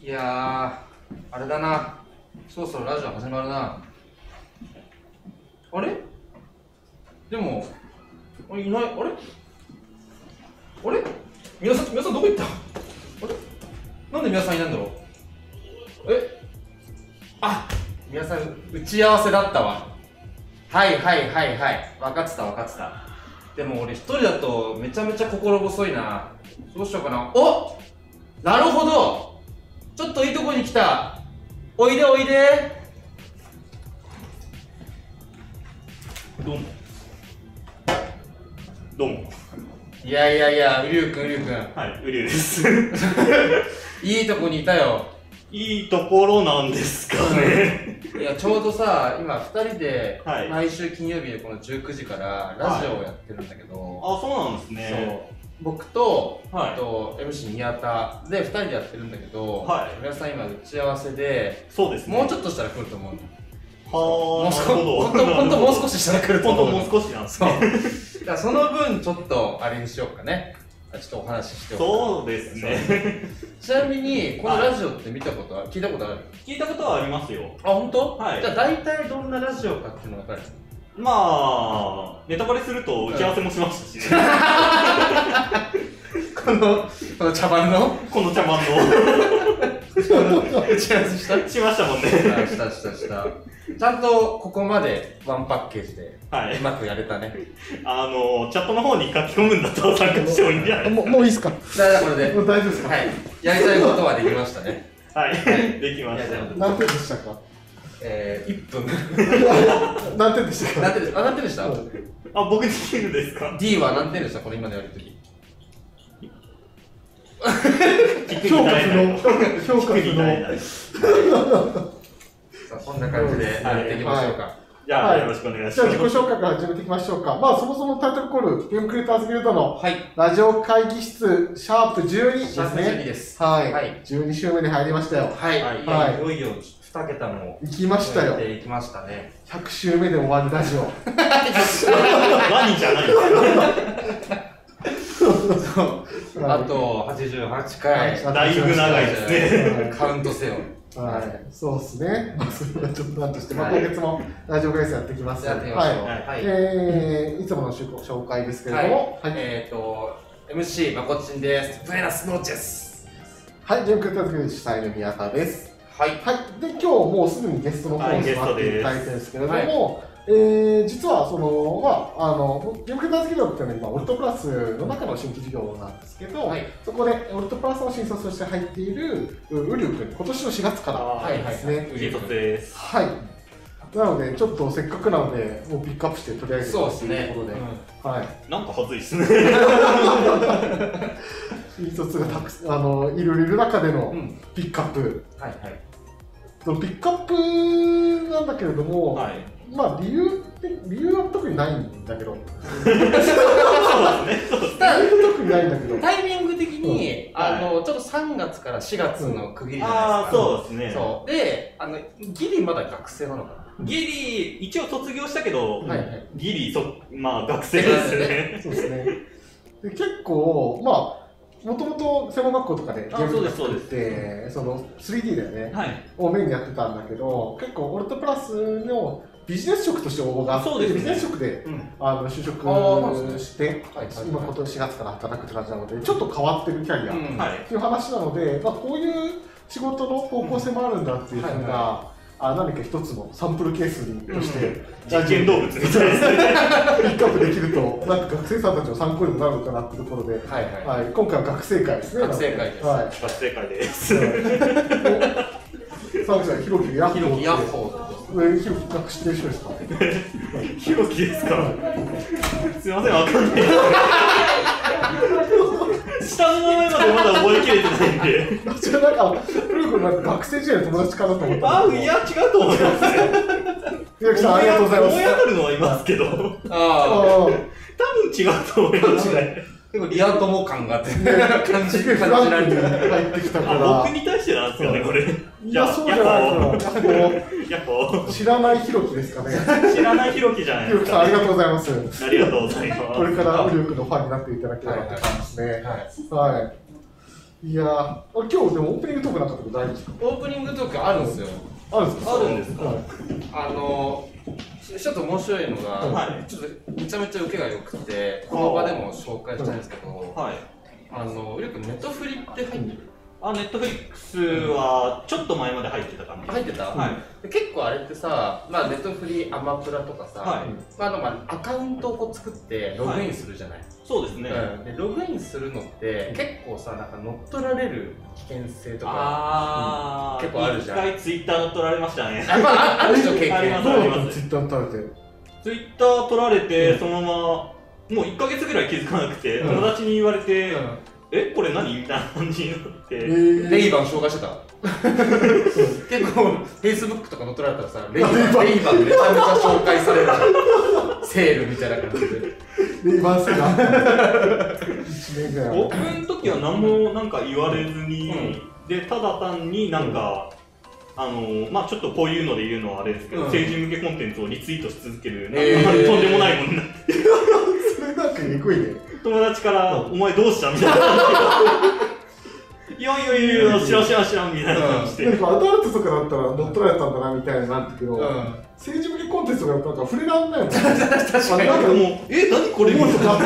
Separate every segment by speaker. Speaker 1: いやーあれだなそろそろラジオ始まるなあれでもあいないあれあれ皆さん皆さんどこ行ったあれなんで皆さんいないんだろうえあ皆さん打ち合わせだったわはいはいはいはい分かってた分かってたでも俺一人だとめちゃめちゃ心細いなどうしようかなおなるほどちょっといいとこに来たおいでおいで
Speaker 2: どうも。どうも。
Speaker 1: いやいやいやりゅうくんりゅうくん
Speaker 2: はい、うりゅうです。
Speaker 1: いいとこにいたよ
Speaker 2: いいところなんですかね。
Speaker 1: いやちょうどさ今2人で
Speaker 2: はい
Speaker 1: 毎週金曜日この19時からラジオをやってるんだけど、
Speaker 2: あ、そうなんです
Speaker 1: そう
Speaker 2: ね。
Speaker 1: 僕と,、
Speaker 2: はい
Speaker 1: あと MC 宮田で2人でやってるんだけど、
Speaker 2: はい
Speaker 1: 皆さん今打ち合わせで
Speaker 2: そうですね。
Speaker 1: もうちょ
Speaker 2: っ
Speaker 1: っとしたら来ると思うの
Speaker 2: と。は
Speaker 1: も
Speaker 2: あ、
Speaker 1: う
Speaker 2: な
Speaker 1: 少
Speaker 2: る
Speaker 1: し
Speaker 2: ほど。
Speaker 1: 本当本当もう少
Speaker 2: し。
Speaker 1: ししたら来ると
Speaker 2: 本
Speaker 1: 思
Speaker 2: 当
Speaker 1: うの
Speaker 2: もう少しなんです
Speaker 1: そう
Speaker 2: ね。
Speaker 1: だからその分ちょっとあれにしようかねちょっとお話ししておこう
Speaker 2: そうですね。
Speaker 1: ちなみにこのラジオって見たことある聞いたことある
Speaker 2: 聞いたことはありますよ。
Speaker 1: あ本当？
Speaker 2: はい
Speaker 1: じゃあ大体どんなラジオかっていうの分かる
Speaker 2: まあ、ネタバレすると打ち合わせもしましたしね。
Speaker 1: このこの茶番の
Speaker 2: この茶番の。
Speaker 1: 打ち合わせした
Speaker 2: しましたもんね。
Speaker 1: あしたしたしたちゃんとここまでワンパッケージで。
Speaker 2: はいう
Speaker 1: まくやれたね
Speaker 2: あの、チャットの方に書き込むんだったら参加してもいいんじゃない
Speaker 3: もうもういいですか
Speaker 1: だからこれで
Speaker 3: もう大丈夫ですか、
Speaker 1: はいやりたいことはできましたね
Speaker 2: はい。できま
Speaker 1: や
Speaker 2: し
Speaker 1: りたい
Speaker 2: た。
Speaker 1: こと
Speaker 3: 何点でし たか
Speaker 1: えー、1分
Speaker 3: 何点でしたか
Speaker 1: 何点であ何点でした
Speaker 2: あ、僕に聞るんですか
Speaker 1: D は何点でしたこの今のやりとり
Speaker 2: 聞くに
Speaker 3: 評価
Speaker 2: 耐え
Speaker 3: 不
Speaker 2: ない
Speaker 3: 能
Speaker 2: と。
Speaker 3: 評価不
Speaker 2: 聞くに耐え
Speaker 3: 能
Speaker 2: ない。
Speaker 1: さあこんな感じでやっていきましょうか、
Speaker 2: じゃあ、
Speaker 3: はい
Speaker 2: よろしくお願いし
Speaker 3: じゃあ
Speaker 2: ます
Speaker 3: 自己。紹介から始めていきましょうかまあそもそもタイトルコールゲームクリエイターズギルドの
Speaker 1: はい
Speaker 3: ラジオ会議室シャープ12です
Speaker 1: シャープ12
Speaker 3: ね
Speaker 1: です
Speaker 3: はい、
Speaker 1: はい
Speaker 3: 12週目に入りましたよ
Speaker 1: はい、
Speaker 2: はいい
Speaker 1: や
Speaker 3: はい
Speaker 1: いよいよ2桁も
Speaker 3: 行きました
Speaker 1: 超
Speaker 3: よ
Speaker 1: えていきましたね
Speaker 3: 100週目で終わるラジオ
Speaker 2: ワニじゃないですよ。
Speaker 1: あと88回
Speaker 3: はい
Speaker 2: だいぶ長いですね。
Speaker 1: カウントせよ
Speaker 3: はいそうですねまあそれはちょっとなんとして、まあ、
Speaker 1: はい
Speaker 3: 今月もラジオ会議室やっていきます
Speaker 1: やってみましょう
Speaker 3: はい
Speaker 1: はい、
Speaker 3: えー、いつもの紹介ですけれども、
Speaker 1: はい、えっ、と MC まこっちんですブエナスノーチェス
Speaker 3: はい、ジェンクルタズ主催の宮田です。
Speaker 1: はい
Speaker 3: はい、で、今日もうすでにゲストの方
Speaker 2: は
Speaker 3: に
Speaker 2: いゲス
Speaker 3: 座っ
Speaker 2: ト
Speaker 3: て
Speaker 2: で
Speaker 3: い
Speaker 2: す
Speaker 3: ただいてるんですけれども、えー、実はその、まあ、あの、ジェンクルタズギルドっていうのは今、オルトプラスの中の新規事業なんですけど、
Speaker 1: はい
Speaker 3: そこでオルトプラスの新卒として入っているうウリュウ君、今年の4月から
Speaker 2: は
Speaker 1: はいはい
Speaker 3: ですね。
Speaker 2: い。新卒です。
Speaker 3: はい。なので、ちょっとせっかくなので、もうピックアップして取り上げて
Speaker 1: そうです
Speaker 3: という
Speaker 1: ね
Speaker 3: ことで、はい。
Speaker 2: なんかはずいですね。
Speaker 3: 新卒がたくさん、あの、いろいろいる中で
Speaker 1: う
Speaker 3: の
Speaker 1: ん、うん
Speaker 3: ピックアップ。
Speaker 1: はいはい
Speaker 3: そのピックアップなんだけれども、
Speaker 2: はい。
Speaker 3: まあ理由って理由は特にないんだけど
Speaker 2: そうですね。そうですね。
Speaker 3: 特にないんだけど
Speaker 1: タイミング的に、
Speaker 2: うん
Speaker 1: あのちょっと3月から4月の区切りじゃないですか
Speaker 2: ああ、、そうですね。
Speaker 1: そうであのギリまだ学生なのかな
Speaker 2: ギリ、一応卒業したけど、
Speaker 3: はい
Speaker 1: はい
Speaker 2: ギリ、そ、まあ、学生ですね。
Speaker 3: そうですねで結構まあもともと専門学校とかでゲ
Speaker 2: あ
Speaker 3: ームとか
Speaker 2: そう
Speaker 3: 作っ
Speaker 2: です
Speaker 3: てその 3D だよ ね
Speaker 2: はい。
Speaker 3: をメインでやってたんだけど結構オルトプラスのビジネス職として応募があって
Speaker 2: そうですね
Speaker 3: ビジネス職で
Speaker 1: うん
Speaker 3: あの就職
Speaker 1: あーそうなんです
Speaker 3: して、
Speaker 1: はいはい
Speaker 3: 今今年4月から働くって感じなのでちょっと変わってるキャリア、
Speaker 1: うん
Speaker 2: は
Speaker 3: っていう話なので、まあ、こういう仕事の方向性もあるんだっていうのが、
Speaker 1: うんはい
Speaker 3: あ何か一つのサンプルケースにとして、
Speaker 2: うんい。実験動物みたいですね。
Speaker 3: ピックアップできると、なんか学生さんたちの参考にもなるのかなってところで、
Speaker 1: はいはい
Speaker 3: はい、今回は学生会ですね。
Speaker 1: 学生会です
Speaker 3: は
Speaker 2: 学生会です。
Speaker 3: い。沢口さん、ひろきやっほーって
Speaker 1: ひろきヤッホーって
Speaker 3: えひろき、学してる人ですか
Speaker 2: ひろきですかすいません、わかんない。 下の名前までまだ覚えきれてないんで。
Speaker 3: 私はなんか、ひろきなんか学生時代の友達かなと思った
Speaker 2: あ
Speaker 3: ん
Speaker 2: ー
Speaker 3: だけど
Speaker 2: いや、違うと思い ます。
Speaker 3: ひろきさん、ありがとうございます
Speaker 2: 思い。当たるのはいますけど、多分
Speaker 1: ああ
Speaker 3: あー
Speaker 2: 違うと思いますね。
Speaker 1: 結構リア友感があって感じ
Speaker 3: すげえフラ
Speaker 1: 感じら
Speaker 3: ン
Speaker 1: れて
Speaker 3: クに
Speaker 1: る
Speaker 3: 入ってきたから。
Speaker 2: あ、僕に対してなんですよね、これ。
Speaker 3: いや、そうじゃないかな。もう
Speaker 2: やっぱ、
Speaker 3: 知らないひろきですかね。
Speaker 2: 知らないひろきじゃない
Speaker 3: ひ
Speaker 2: です
Speaker 3: ろきさん、あ
Speaker 2: か。
Speaker 3: りがとうございます。
Speaker 2: ありがとうございます。
Speaker 3: これからウリュウクのファンになっていただければと思いますね。
Speaker 1: はい
Speaker 3: はい。いやーあ今日でもオープニングトークなかったけど大丈夫ですか
Speaker 1: オープニングトークあるんですよ
Speaker 3: あるんですか
Speaker 1: あるんですか
Speaker 3: はい
Speaker 1: あのちちょっと面白いのが、
Speaker 2: はい
Speaker 1: ちょっとめちゃめちゃ受けが良くてこの場でも紹介したいんですけど
Speaker 2: はい
Speaker 1: あのよくネットフリって入ってる
Speaker 2: あネットフリックスはちょっと前まで入ってた感じ
Speaker 1: 入ってた、
Speaker 2: はい
Speaker 1: で結構あれってさ、まあ、ネットフリアマプラとかさ、
Speaker 2: はい
Speaker 1: まあ、あのまあアカウントをこう作ってログインするじゃない、
Speaker 2: そうですね、
Speaker 1: うんでログインするのって結構さなんか乗っ取られる危険性とか
Speaker 2: あー、
Speaker 1: うん結構あるじゃん
Speaker 2: 一回ツイッター乗っ取られましたね
Speaker 1: あ,、まあ、あるでしょ経
Speaker 2: ありま
Speaker 1: 験
Speaker 2: す
Speaker 3: どうだったのツイッターの食べて
Speaker 2: ツイッター取られて、
Speaker 3: うん
Speaker 2: そのままもう1か月ぐらい気づかなくて、
Speaker 3: うん
Speaker 2: 友達に言われて、えこれ何みたいな感じになって、
Speaker 3: え
Speaker 1: レイ
Speaker 3: ー
Speaker 1: バン紹介してた 結構 Facebook とか乗っ取られたらさレイバン
Speaker 3: レイバン
Speaker 1: レイバンめちゃめちゃ紹介されるじゃんセールみたいな感じで
Speaker 3: レイバー好きだ1年ぐらい
Speaker 2: 僕の時は何もなんか言われずに、でただ単になんか、あのーまあちょっとこういうので言うのはあれですけど、
Speaker 1: うん
Speaker 2: 政治向けコンテンツをリツイートし続ける、
Speaker 1: えー
Speaker 2: なんかあんまりとんでもないもんな
Speaker 3: それなんか憎いね
Speaker 2: 友達から、お前どうした?」みたいな感じでいやいやいやいや知らん知らん知らん」みたいな感じで、
Speaker 3: なんかアダルトとかだったら乗っ取られたんだなみたいになったけど、
Speaker 1: うん
Speaker 3: 政治向けコンテンツとかだったらなんか触れらんないもん 確
Speaker 1: 確かに
Speaker 2: なんかもう「え何これ?」みたいな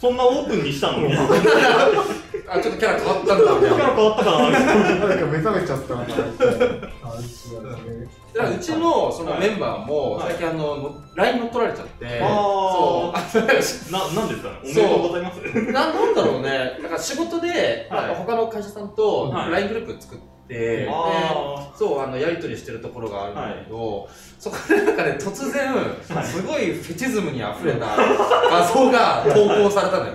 Speaker 2: そんなオープンにしたのみたいなキ
Speaker 1: あちょっとキャラ変わったんだみたい
Speaker 2: ャ
Speaker 1: な
Speaker 2: ラ変わったかなみたいな
Speaker 3: なんか目覚めちゃったなあいつはね
Speaker 1: だからうちのその
Speaker 2: はい
Speaker 1: メンバーも
Speaker 2: はい
Speaker 1: 最近あのの LINE 乗っ取られちゃって、
Speaker 2: あ
Speaker 1: そ
Speaker 2: ななんですかねおめでとうございます
Speaker 1: うななんだろうねなんか仕事で、
Speaker 2: はい
Speaker 1: なんか他の会社さんと
Speaker 2: はい
Speaker 1: LINE グループ作って、で
Speaker 2: あ
Speaker 1: そうあのやり取りしてるところがあるんだけど、そこでなんかね突然、
Speaker 2: い
Speaker 1: すごいフェチズムにあふれた 画像が投稿されたのよ。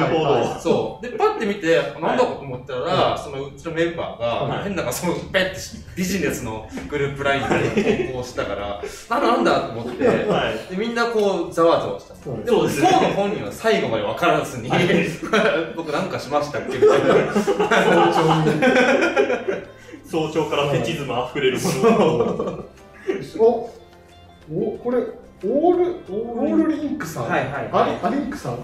Speaker 2: なるほど
Speaker 3: はいはい
Speaker 1: そうでパッて見てあなんだかと思ったら、そのうちのメンバーが、
Speaker 2: はい
Speaker 1: 変な画像をペッてビジネスのグループラインで投稿したから あなんだと思って
Speaker 2: ー
Speaker 1: で
Speaker 2: はい
Speaker 1: みんなこうざわざわしたの
Speaker 3: そう
Speaker 1: でも当
Speaker 2: そうです
Speaker 1: 時
Speaker 2: ね
Speaker 1: の本人は最後まで分からずに
Speaker 2: はい
Speaker 1: 僕なんかしましたっけみたいな
Speaker 3: 早朝に
Speaker 2: 早朝からフェチズムあふれるもの
Speaker 3: おおこれオールオールリンクさん、
Speaker 1: はいはい
Speaker 3: あれアリンクさん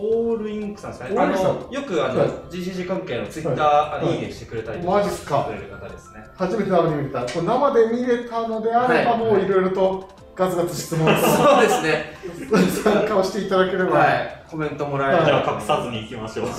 Speaker 1: オールインクさんですかね
Speaker 3: オー
Speaker 1: あ
Speaker 3: ルインクさん
Speaker 1: のよくあの、
Speaker 3: はい
Speaker 1: GCC 関係のツイッター、
Speaker 3: は
Speaker 1: あ
Speaker 3: い
Speaker 1: の
Speaker 3: はい
Speaker 1: いいねしてくれたり
Speaker 3: マジっすか
Speaker 1: してくれる方ですね
Speaker 3: 初めて生で見たこれ生で見れたのであれば、
Speaker 1: はい
Speaker 3: もういろいろとガツガツ質問
Speaker 1: そうですね
Speaker 3: 参加をしていただければ、
Speaker 1: はいコメントもらえ
Speaker 3: はい
Speaker 2: じ
Speaker 1: た
Speaker 2: ゃ
Speaker 1: ら
Speaker 2: あ隠さずに行きましょう
Speaker 3: で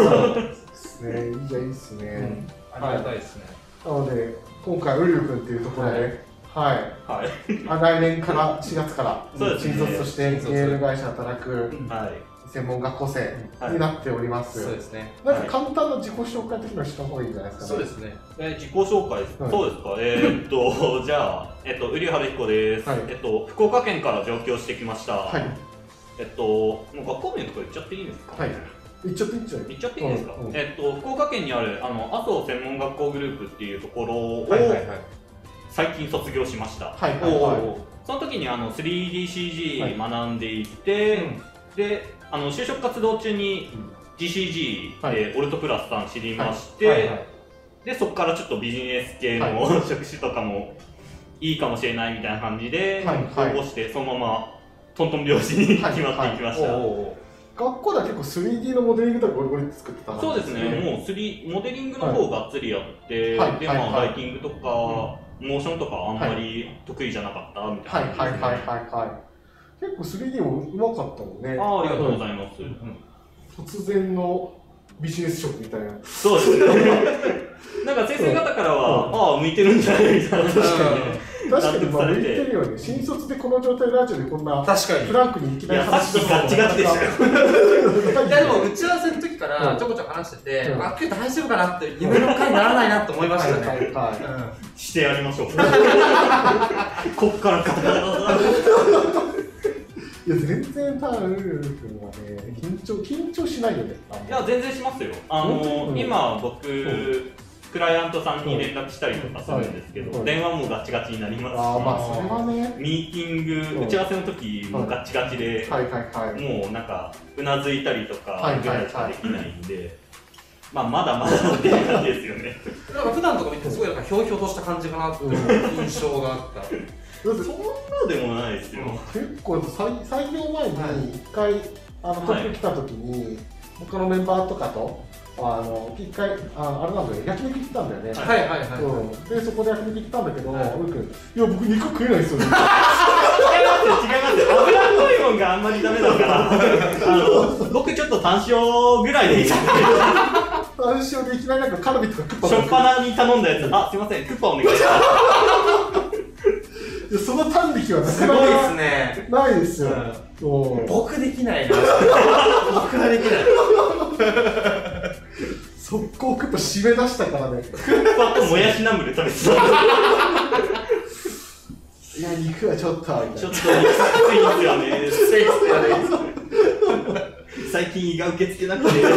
Speaker 3: すねいいじゃんいいっすね、
Speaker 1: うんありがたいですね、
Speaker 3: なので今回ウリュウ君っていうところではい、
Speaker 2: はい
Speaker 3: あ来年から4月から
Speaker 2: そうですね
Speaker 3: 新卒としてゲ
Speaker 1: 新卒
Speaker 3: ーム会社で働く
Speaker 2: はい
Speaker 3: 専門学校生
Speaker 2: はい
Speaker 3: になっております、
Speaker 1: そうですね
Speaker 3: なんか簡単な自己紹介的なのした方がいいんじゃないですか
Speaker 1: そうで
Speaker 3: ね
Speaker 1: すね
Speaker 2: えー自己紹介です、
Speaker 3: はい
Speaker 2: そうですかえー、っとじゃあえっと瓜原彦です、
Speaker 3: はい
Speaker 2: えっと福岡県から上京してきました、
Speaker 3: はい
Speaker 2: えっともう学校名とか言っちゃっていいですか
Speaker 3: はい言っちゃっていいんじゃない
Speaker 2: 言っちゃっていいですか、
Speaker 3: うんうん
Speaker 2: えっと福岡県にあるあの麻生専門学校グループっていうところを
Speaker 1: はい
Speaker 2: 最近卒業しました、
Speaker 3: はいはい
Speaker 1: お
Speaker 3: はい
Speaker 1: お
Speaker 2: その時にあの
Speaker 3: はい
Speaker 2: 3DCG 学んでいて、であの就職活動中に
Speaker 1: うん
Speaker 2: GCG
Speaker 3: は
Speaker 2: でオルトプラスさん知りまして、
Speaker 1: はいはい
Speaker 2: でそこからちょっとビジネス系の、職種とかもいいかもしれないみたいな感じで
Speaker 3: はい
Speaker 2: 応募して、そのままトントン拍子に決まっ
Speaker 3: はい
Speaker 2: ていきまし
Speaker 1: お
Speaker 2: た、
Speaker 1: お
Speaker 3: 学校では結構 3D のモデリングとかゴリゴリ作ってた
Speaker 2: そうですね、もうスリーモデリングの方がっつりやって、
Speaker 3: はい
Speaker 2: で
Speaker 3: はい
Speaker 2: まあ
Speaker 3: はい
Speaker 2: ライティングとか、モーションとかあんまり得意じゃなかったみた
Speaker 3: はいい
Speaker 2: な
Speaker 3: は
Speaker 2: 感じ
Speaker 3: い
Speaker 2: ですね、
Speaker 3: はいはいはい結構 3D もうまかったもんね
Speaker 2: ああありがとうございます、
Speaker 3: 突然のビジネスショップみたいな
Speaker 2: そうですね。なんか先生方からは、ああ、向いてるんじゃないみたいな。
Speaker 1: 確かに
Speaker 3: 確かにまあ
Speaker 2: 納
Speaker 3: 向い
Speaker 2: 得されて
Speaker 3: てるよね新卒でこの状態でラジオでこんな
Speaker 1: 確かに
Speaker 3: フランクにいき
Speaker 2: い
Speaker 3: なり
Speaker 2: や、さっきガッチガチでしたよ。
Speaker 1: いやでも打ち合わせの時からちょこちょこ話してて、
Speaker 3: うん
Speaker 1: あ今日大丈夫かなって夢の回にならないなと思いま
Speaker 3: は
Speaker 1: し
Speaker 3: い
Speaker 1: た
Speaker 3: は
Speaker 1: ね、
Speaker 3: いはい
Speaker 1: うん
Speaker 2: してやり ましょう。こっからか。
Speaker 3: いや全然タウル君はね緊張緊張しないよね
Speaker 2: いや、全然しますよ。あの、
Speaker 3: うん
Speaker 2: 今、僕、クライアントさんに連絡したりとかす
Speaker 3: うん
Speaker 2: るんですけ
Speaker 3: う
Speaker 2: ど、
Speaker 3: ん
Speaker 2: 電話もガチガチになりますし
Speaker 3: ああまあそれはね
Speaker 2: ミーティン
Speaker 3: う
Speaker 2: グ、
Speaker 3: ん
Speaker 2: 打ち合わせの時もガチガチで、
Speaker 3: はいはいはい
Speaker 2: もうなんか、うなずいたりと
Speaker 3: は
Speaker 2: か
Speaker 3: い
Speaker 2: ぐらいしかできないんで、まあ、まだまだっていう感じですよね。
Speaker 1: なんか普段とか見てすごいなんかひょうひょうとした感じかなっていう印象があった、
Speaker 3: だっ
Speaker 2: そ
Speaker 3: て
Speaker 2: んなでもないですよ。
Speaker 3: 結構採採用前に一回あの
Speaker 2: はい
Speaker 3: 東京来た時に他のメンバーとかと、あの一回あ、あれなんだよ、焼肉行ったんだよね。
Speaker 4: はいはいはい。
Speaker 3: うん、で、そこで焼肉行ったんだけど、
Speaker 4: はい
Speaker 3: ウル君、いや、僕、肉食えない ですよ、
Speaker 2: ますよ違いますよ脂っこいもんがあんまりダメだからあの僕ちょっと単勝ぐらいでいいじゃん
Speaker 3: 最初でいきなりなんかカルビとか食った
Speaker 2: しょっ
Speaker 3: の
Speaker 2: ぱなに頼んだやつあすいませんクッパお願いします
Speaker 3: いやその端力はな
Speaker 4: す
Speaker 3: か
Speaker 4: ごいで
Speaker 3: な
Speaker 4: すね。
Speaker 3: かないですよ。うん
Speaker 4: 僕できないな。僕はできない。
Speaker 3: 速攻食っと締め出したからね。
Speaker 2: クッパともやしナムル食べてた
Speaker 3: いや、肉はちょっと、みたい
Speaker 2: ちょっ
Speaker 3: な
Speaker 2: ときついんですよね
Speaker 4: セイスやね。
Speaker 2: 最近胃が受け付けなくて
Speaker 4: あ、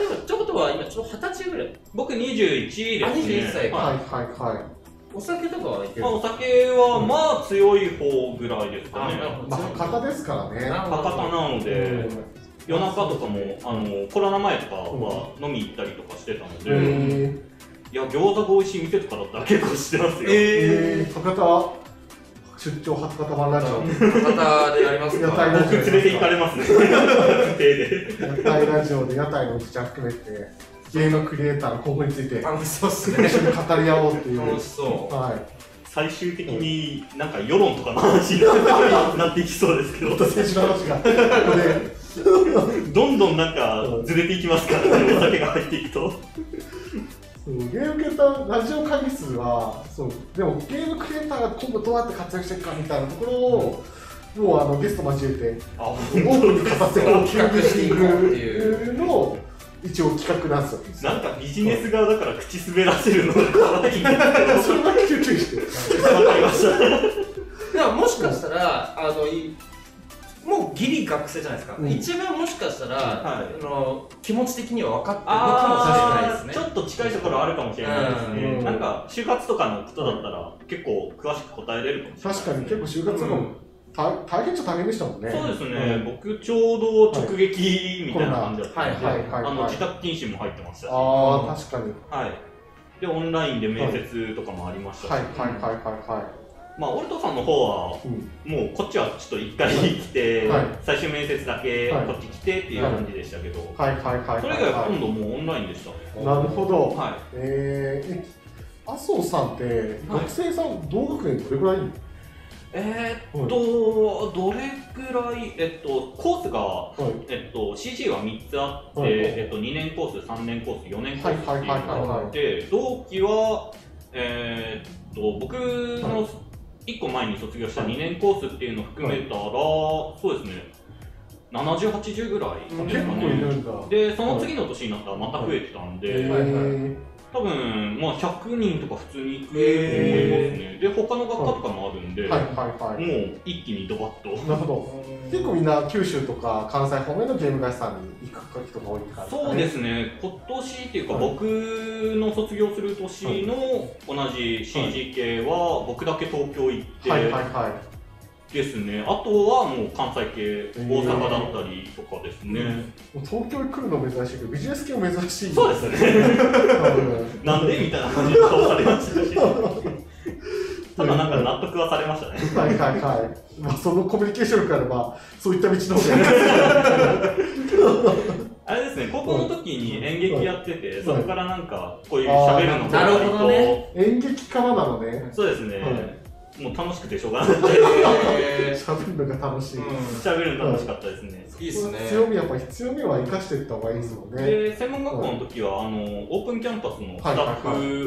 Speaker 4: 今、ちょことは今、ちょうど二十歳ぐらい。
Speaker 2: 僕21ですね
Speaker 4: あ21歳か
Speaker 2: は
Speaker 3: はいいはいは
Speaker 4: お酒とかはいける
Speaker 2: まあ、。お酒はまあ強い方ぐらいですか
Speaker 4: あ
Speaker 2: ね、
Speaker 4: なるほ
Speaker 3: い。
Speaker 4: ど
Speaker 3: まあ、博多ですから ね。
Speaker 4: なる
Speaker 2: 博
Speaker 4: ほど
Speaker 2: 多なので、夜中とかもあのコロナ前とかは飲み行ったりとかしてたので、
Speaker 4: うん
Speaker 2: い
Speaker 3: えー
Speaker 2: や餃子が美味しい店とかだったら結構してますよ、
Speaker 3: えー、博多出張博多版ラジオ
Speaker 4: 博多でやりますか
Speaker 3: 屋台の
Speaker 2: 僕連れて行かれますね手で
Speaker 3: 屋台ラジオで屋台のおじちゃん含めて芸能クリエイターの今後について
Speaker 4: 楽しそうっす
Speaker 3: 一
Speaker 4: ね。
Speaker 3: 緒に語り合おうっていう
Speaker 4: 楽しそ
Speaker 3: はい
Speaker 2: 最終的になんか世論とかの話になっていきそうですけど
Speaker 3: 選手の話がここで
Speaker 2: どんどんなんかずれていきますからねお酒が入っていくと
Speaker 3: そう芸能クリエイターラジオ会議室はそうでも芸能クリエイターが今後どうやって活躍していくかみたいなところを、もうあのゲスト交えて
Speaker 2: あ
Speaker 3: オープンに語ってこう
Speaker 4: 企画していこうって
Speaker 3: いうのを一応企画なんですよ
Speaker 2: なんかビジネス側だから口滑らせるのが可愛いなって思
Speaker 3: それだけ注意して
Speaker 2: わかりました
Speaker 4: う。でも、もしかしたら、あの、いもうギリ学生じゃないですか。
Speaker 3: うん
Speaker 4: 一番もしかしたら、
Speaker 2: は
Speaker 4: あ
Speaker 2: い
Speaker 4: の気持ち的には分かってるのかもしれない
Speaker 2: あ
Speaker 4: です
Speaker 2: ー
Speaker 4: ね。
Speaker 2: ちょっと近いところあるかもしれないですね、
Speaker 3: うん
Speaker 2: なんか就活とかのことだったら結構詳しく答えれるかもしれない
Speaker 3: 確かに結構就活とかも大大変っちゃ大変でしたもんね
Speaker 2: そうですね、
Speaker 3: うん
Speaker 2: 僕ちょうど直撃みたいな感じだったんで、
Speaker 4: はい
Speaker 3: はいはいはい
Speaker 2: あの自宅謹慎も入ってましたし、は
Speaker 3: ああ、確かに。
Speaker 2: い、でオンラインで面接とかもありましたし、
Speaker 3: はいはいはいはいは
Speaker 2: まあ、オルトさんの方は
Speaker 3: いう
Speaker 2: もうこっちはちょっと一回来て、
Speaker 3: はい
Speaker 2: 最終面接だけ
Speaker 3: はい
Speaker 2: こっち来てっていう感じでしたけど、
Speaker 3: ん。はいはいはいはいはい。
Speaker 2: それ以外は今度もうオンラインでしたね、
Speaker 3: なるほど。
Speaker 2: はい
Speaker 3: えーえ、麻生さんって、
Speaker 2: はい
Speaker 3: 学生さん、同学年どれぐらいいる
Speaker 2: えーっと、どれくらい、えっと、コースが、
Speaker 3: はい。
Speaker 2: えっと、CG は3つあって、
Speaker 3: はい
Speaker 2: えっと、2年コース、3年コース、4年コースっていうの
Speaker 3: はいはいはいはい
Speaker 2: があって、同期は、えーっと、僕の1個前に卒業した2年コースっていうのを含めたら、そうですね、70、80ぐらいです
Speaker 3: 結
Speaker 2: か
Speaker 3: 構い
Speaker 2: ね。
Speaker 3: るんだ。
Speaker 2: で、その次の年になったらまた増えてたんで、
Speaker 3: え
Speaker 4: はい
Speaker 3: ー、
Speaker 2: 多分、まあ、100人とか普通にいくと思いますね。で、他の学科とかもあるんで、
Speaker 3: はいはいはい。
Speaker 2: もう一気にドバッと。
Speaker 3: なるほど。結構みんな九州とか関西方面のゲーム会社さんに行く人が多いから、。
Speaker 2: そうですすね、今年っていうか、
Speaker 3: はい
Speaker 2: 僕の卒業する年の同じ CG 系は、僕だけ東京行って、
Speaker 3: はいはいは
Speaker 2: ですね、あとはもう関西系、大
Speaker 3: ー
Speaker 2: 阪だったりとかですね、
Speaker 3: い。もう東京に来るの珍しいけど、ビジネス系も珍しい。
Speaker 2: そう
Speaker 3: す。
Speaker 2: ですね、なんでみたいな感じで顔されましたし、ただなんか納得はされましたね。
Speaker 3: はいはいはい。まあ、そのコミュニケーション力あれば、そういった道の方がいい
Speaker 2: あれですね、高校の時に演劇やってて、
Speaker 3: い
Speaker 2: そこからなんか、こういう喋るの
Speaker 4: あーなるほどね
Speaker 3: 演劇からなのね。
Speaker 2: そうですね、
Speaker 3: は
Speaker 2: もう楽しくてしょうがない。
Speaker 4: え
Speaker 3: 喋るのが楽しい。
Speaker 4: ーう
Speaker 2: 喋るの楽しかったですね。
Speaker 4: んいいっすね。
Speaker 3: 強みやっぱ強みは生かしていった方がいいですもんね。
Speaker 2: で専門学校の時は、あのオープンキャンパスのスタッ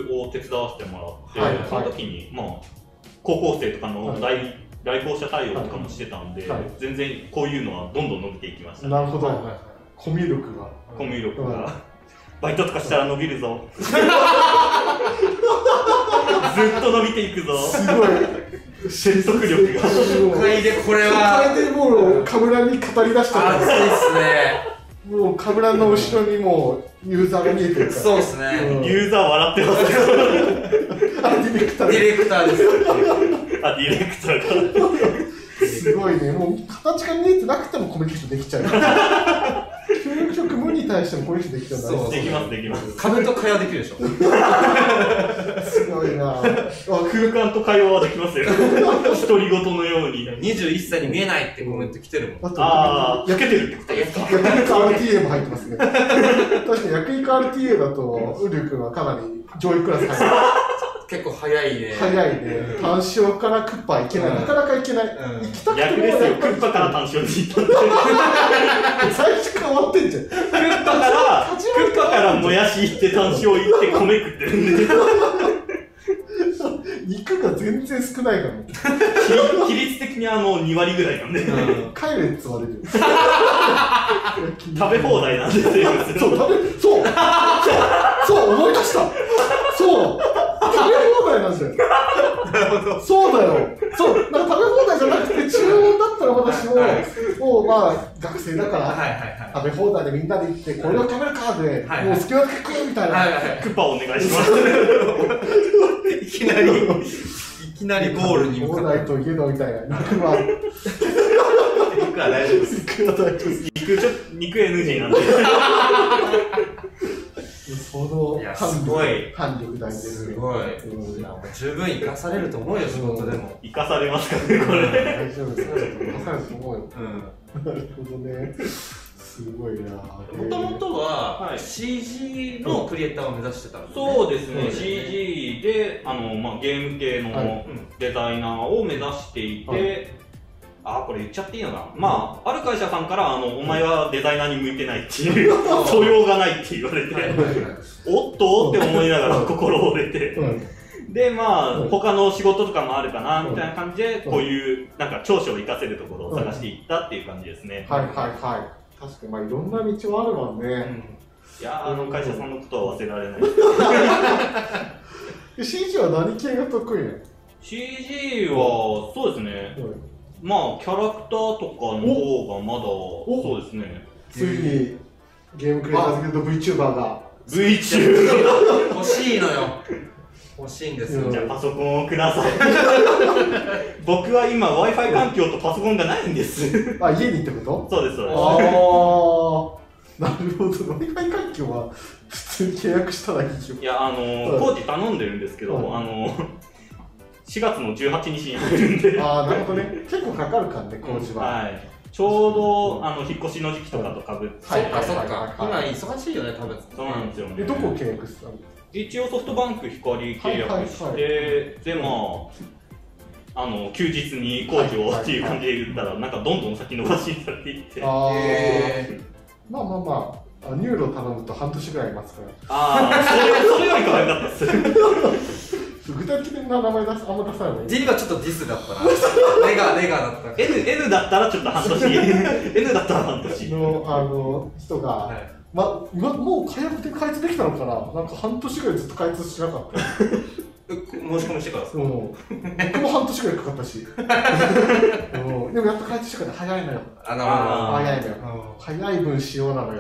Speaker 2: フを手伝わせてもらって、
Speaker 3: はいはい
Speaker 2: その時に、まあ、高校生とかの来,、来校者対応とかもしてたんで、
Speaker 3: はい
Speaker 2: 全然こういうのはどんどん伸びていきました、
Speaker 3: なるほ
Speaker 4: はいはい
Speaker 3: ど。
Speaker 4: は
Speaker 3: コミュ力が。
Speaker 4: い
Speaker 2: コミュ力が、
Speaker 3: は
Speaker 2: バイトとかしたら伸びる ぞずっと伸びていくぞ
Speaker 3: す ごい。
Speaker 2: 説得力が
Speaker 4: 都会でこれ
Speaker 3: 抱
Speaker 4: は
Speaker 3: えてもう、カムラに語り出したか
Speaker 4: 熱
Speaker 3: ら、
Speaker 4: いっすね。
Speaker 3: もうカムラの後ろにもうユーザーが見えてるから。
Speaker 4: そうっす
Speaker 3: う
Speaker 4: ね。
Speaker 3: ん
Speaker 2: ユーザー笑ってますけど
Speaker 3: あれディレクタ
Speaker 4: デ
Speaker 3: ー
Speaker 4: ィ
Speaker 3: で
Speaker 4: レクターです。
Speaker 2: あディレクターが
Speaker 3: すごいね。もう形が見えてなくてもコミュニケーションできちゃう。究極無に対してもこういう人できたんだ
Speaker 4: そう
Speaker 2: できます、できます。
Speaker 4: 壁と会話できるでしょ
Speaker 3: すごいなあ
Speaker 2: 空間と会話はできます よ。独り言のように。
Speaker 4: 21歳に見えないってコメント来てるもん
Speaker 2: あ
Speaker 3: あ
Speaker 2: あ、焼けてるってこと
Speaker 4: ですか
Speaker 3: と、薬育 RTA も入ってますね。確かに薬育 RTA だと、ウル君はかなり上位クラス入
Speaker 4: 結構早いね
Speaker 3: る早いね。単勝からクッパ行けない。なかなか行けない。
Speaker 4: うん
Speaker 3: 行きたくて
Speaker 2: 逆
Speaker 3: も
Speaker 2: です
Speaker 3: や
Speaker 2: よ、
Speaker 3: っ
Speaker 2: ク
Speaker 3: ぱり
Speaker 2: ッパから単勝に行ったんで。ク
Speaker 3: 最初から終わってんじゃん。
Speaker 2: ッパから、クッパからもやし行って単勝行って米食ってるんで、
Speaker 3: 肉が全然少ないからね。
Speaker 2: 比率的にあの2割ぐらいなんで、食
Speaker 4: うん
Speaker 3: 帰れって言われる。
Speaker 2: べ放題なんですよ。
Speaker 3: そう、食べ、そう、そう、そう、思い出した。そう、食べ放題なんだよ。そうだよ。そう、なんか食べ放題じゃなくて、注文だったら私も、
Speaker 4: はい
Speaker 3: もうまあ、学生だか
Speaker 4: はい
Speaker 3: ら、
Speaker 4: はいはい
Speaker 3: 食べ放題でみんなで行って、これを食べるかで、
Speaker 4: はい
Speaker 3: もう好きなだけ食うみたいな。
Speaker 4: はいはいは
Speaker 2: クッパお願いします。
Speaker 4: いいきなりいきなりゴールに向
Speaker 3: 放
Speaker 4: かって
Speaker 3: 題といえどみたいな。肉は、
Speaker 4: 僕は大丈夫です
Speaker 3: 肉は大丈夫です。
Speaker 2: 肉、ちょっと肉 NG なんで。
Speaker 3: その
Speaker 4: いや
Speaker 3: 反
Speaker 4: すごい
Speaker 3: 力、反力大事です
Speaker 4: す
Speaker 3: ね。
Speaker 4: ごい
Speaker 3: うん
Speaker 4: いや十分生かされると思うよ仕事でも
Speaker 2: 生かされますからね、これ。
Speaker 3: 大丈夫です。わかると思うよ。
Speaker 4: うん
Speaker 3: なるほどね。すごいな。も
Speaker 4: もともと
Speaker 2: は
Speaker 4: はい CG のクリエイターを目指してたんですね
Speaker 2: そうですね、
Speaker 4: うん
Speaker 2: CG であの、まあ、ゲーム系
Speaker 3: はい
Speaker 2: の
Speaker 4: うん
Speaker 2: デザイナーを目指していて、あ
Speaker 3: は
Speaker 2: これ言っちゃっていいのかな、まあ、ある会社さんからあの、お前はデザイナーに向いてないっていう、 素養がないって言われて、
Speaker 4: はいはいはい
Speaker 2: おっとって思いながら心折れて、
Speaker 3: うん。
Speaker 2: で、まあ、
Speaker 3: うん
Speaker 2: 他の仕事とかもあるかな
Speaker 3: うん
Speaker 2: みたいな感じで、
Speaker 3: うん
Speaker 2: こういう、なんか長所を活かせるところを探していったっていう感じですね。
Speaker 3: はいはいはい。確かに、まあ、いろんな道はあるわね。
Speaker 2: いやーあの会社さんのことは忘れられない。
Speaker 3: で CG は何系が得意なの
Speaker 2: CG は、そうですね、
Speaker 3: うん
Speaker 2: まあキャラクターとかの方がまだそうですね
Speaker 3: ついに、ゲームクリエイターズギルド VTuber が。
Speaker 2: VTuber
Speaker 4: 欲しいのよ欲しいんですよ
Speaker 3: うん
Speaker 2: じゃあパソコンをください 僕は今 w i f i 環境とパソコンがないんです
Speaker 3: あ、家にってこと
Speaker 2: そうですそうです
Speaker 3: ああ。 なるほど。Wi-Fi 環境は普通に契約したらいいよ。
Speaker 2: いやあのー
Speaker 3: はい
Speaker 2: 工事頼んでるんですけど、
Speaker 3: は
Speaker 2: あのー4月の18日に入るん で、
Speaker 3: ああ、なるほどね。結構かかるからね、工事は。
Speaker 2: はい、ちょうどあの引っ越しの時期とかとかぶって、
Speaker 4: そっかそっ
Speaker 3: はい
Speaker 4: か今忙しいよね多分
Speaker 2: そうなんですよね
Speaker 3: え、どこ契約したの
Speaker 2: 一応ソフトバンク光契約して、
Speaker 3: はいはい
Speaker 2: でまああの休日に工事をっていう感じで言ったら、なんかどんどん先延ばしにされていってあ
Speaker 3: あー
Speaker 4: えー
Speaker 3: まあまあまあ、あニューロ頼むと半年ぐらいいますから。
Speaker 2: あーそれそれよりかは良かったです
Speaker 3: 具体的な名前出すあんま出さない方がいい。
Speaker 4: D がちょっとディスだったなレガレガだった
Speaker 2: N, N だったらちょっと半 年 N だったら半年
Speaker 3: のあの人が、
Speaker 4: はい
Speaker 3: ま、今もう開発で開発できたのかな、なんか半年ぐらいずっと開発しなかった。
Speaker 4: え申し込みしてから
Speaker 3: うん、僕も半年ぐらいかかった し、うん、でもやっと開発してから早いのよ、
Speaker 4: あな
Speaker 2: あー
Speaker 3: 早いのよ
Speaker 4: る、ほ
Speaker 3: 早い分仕様なのよ、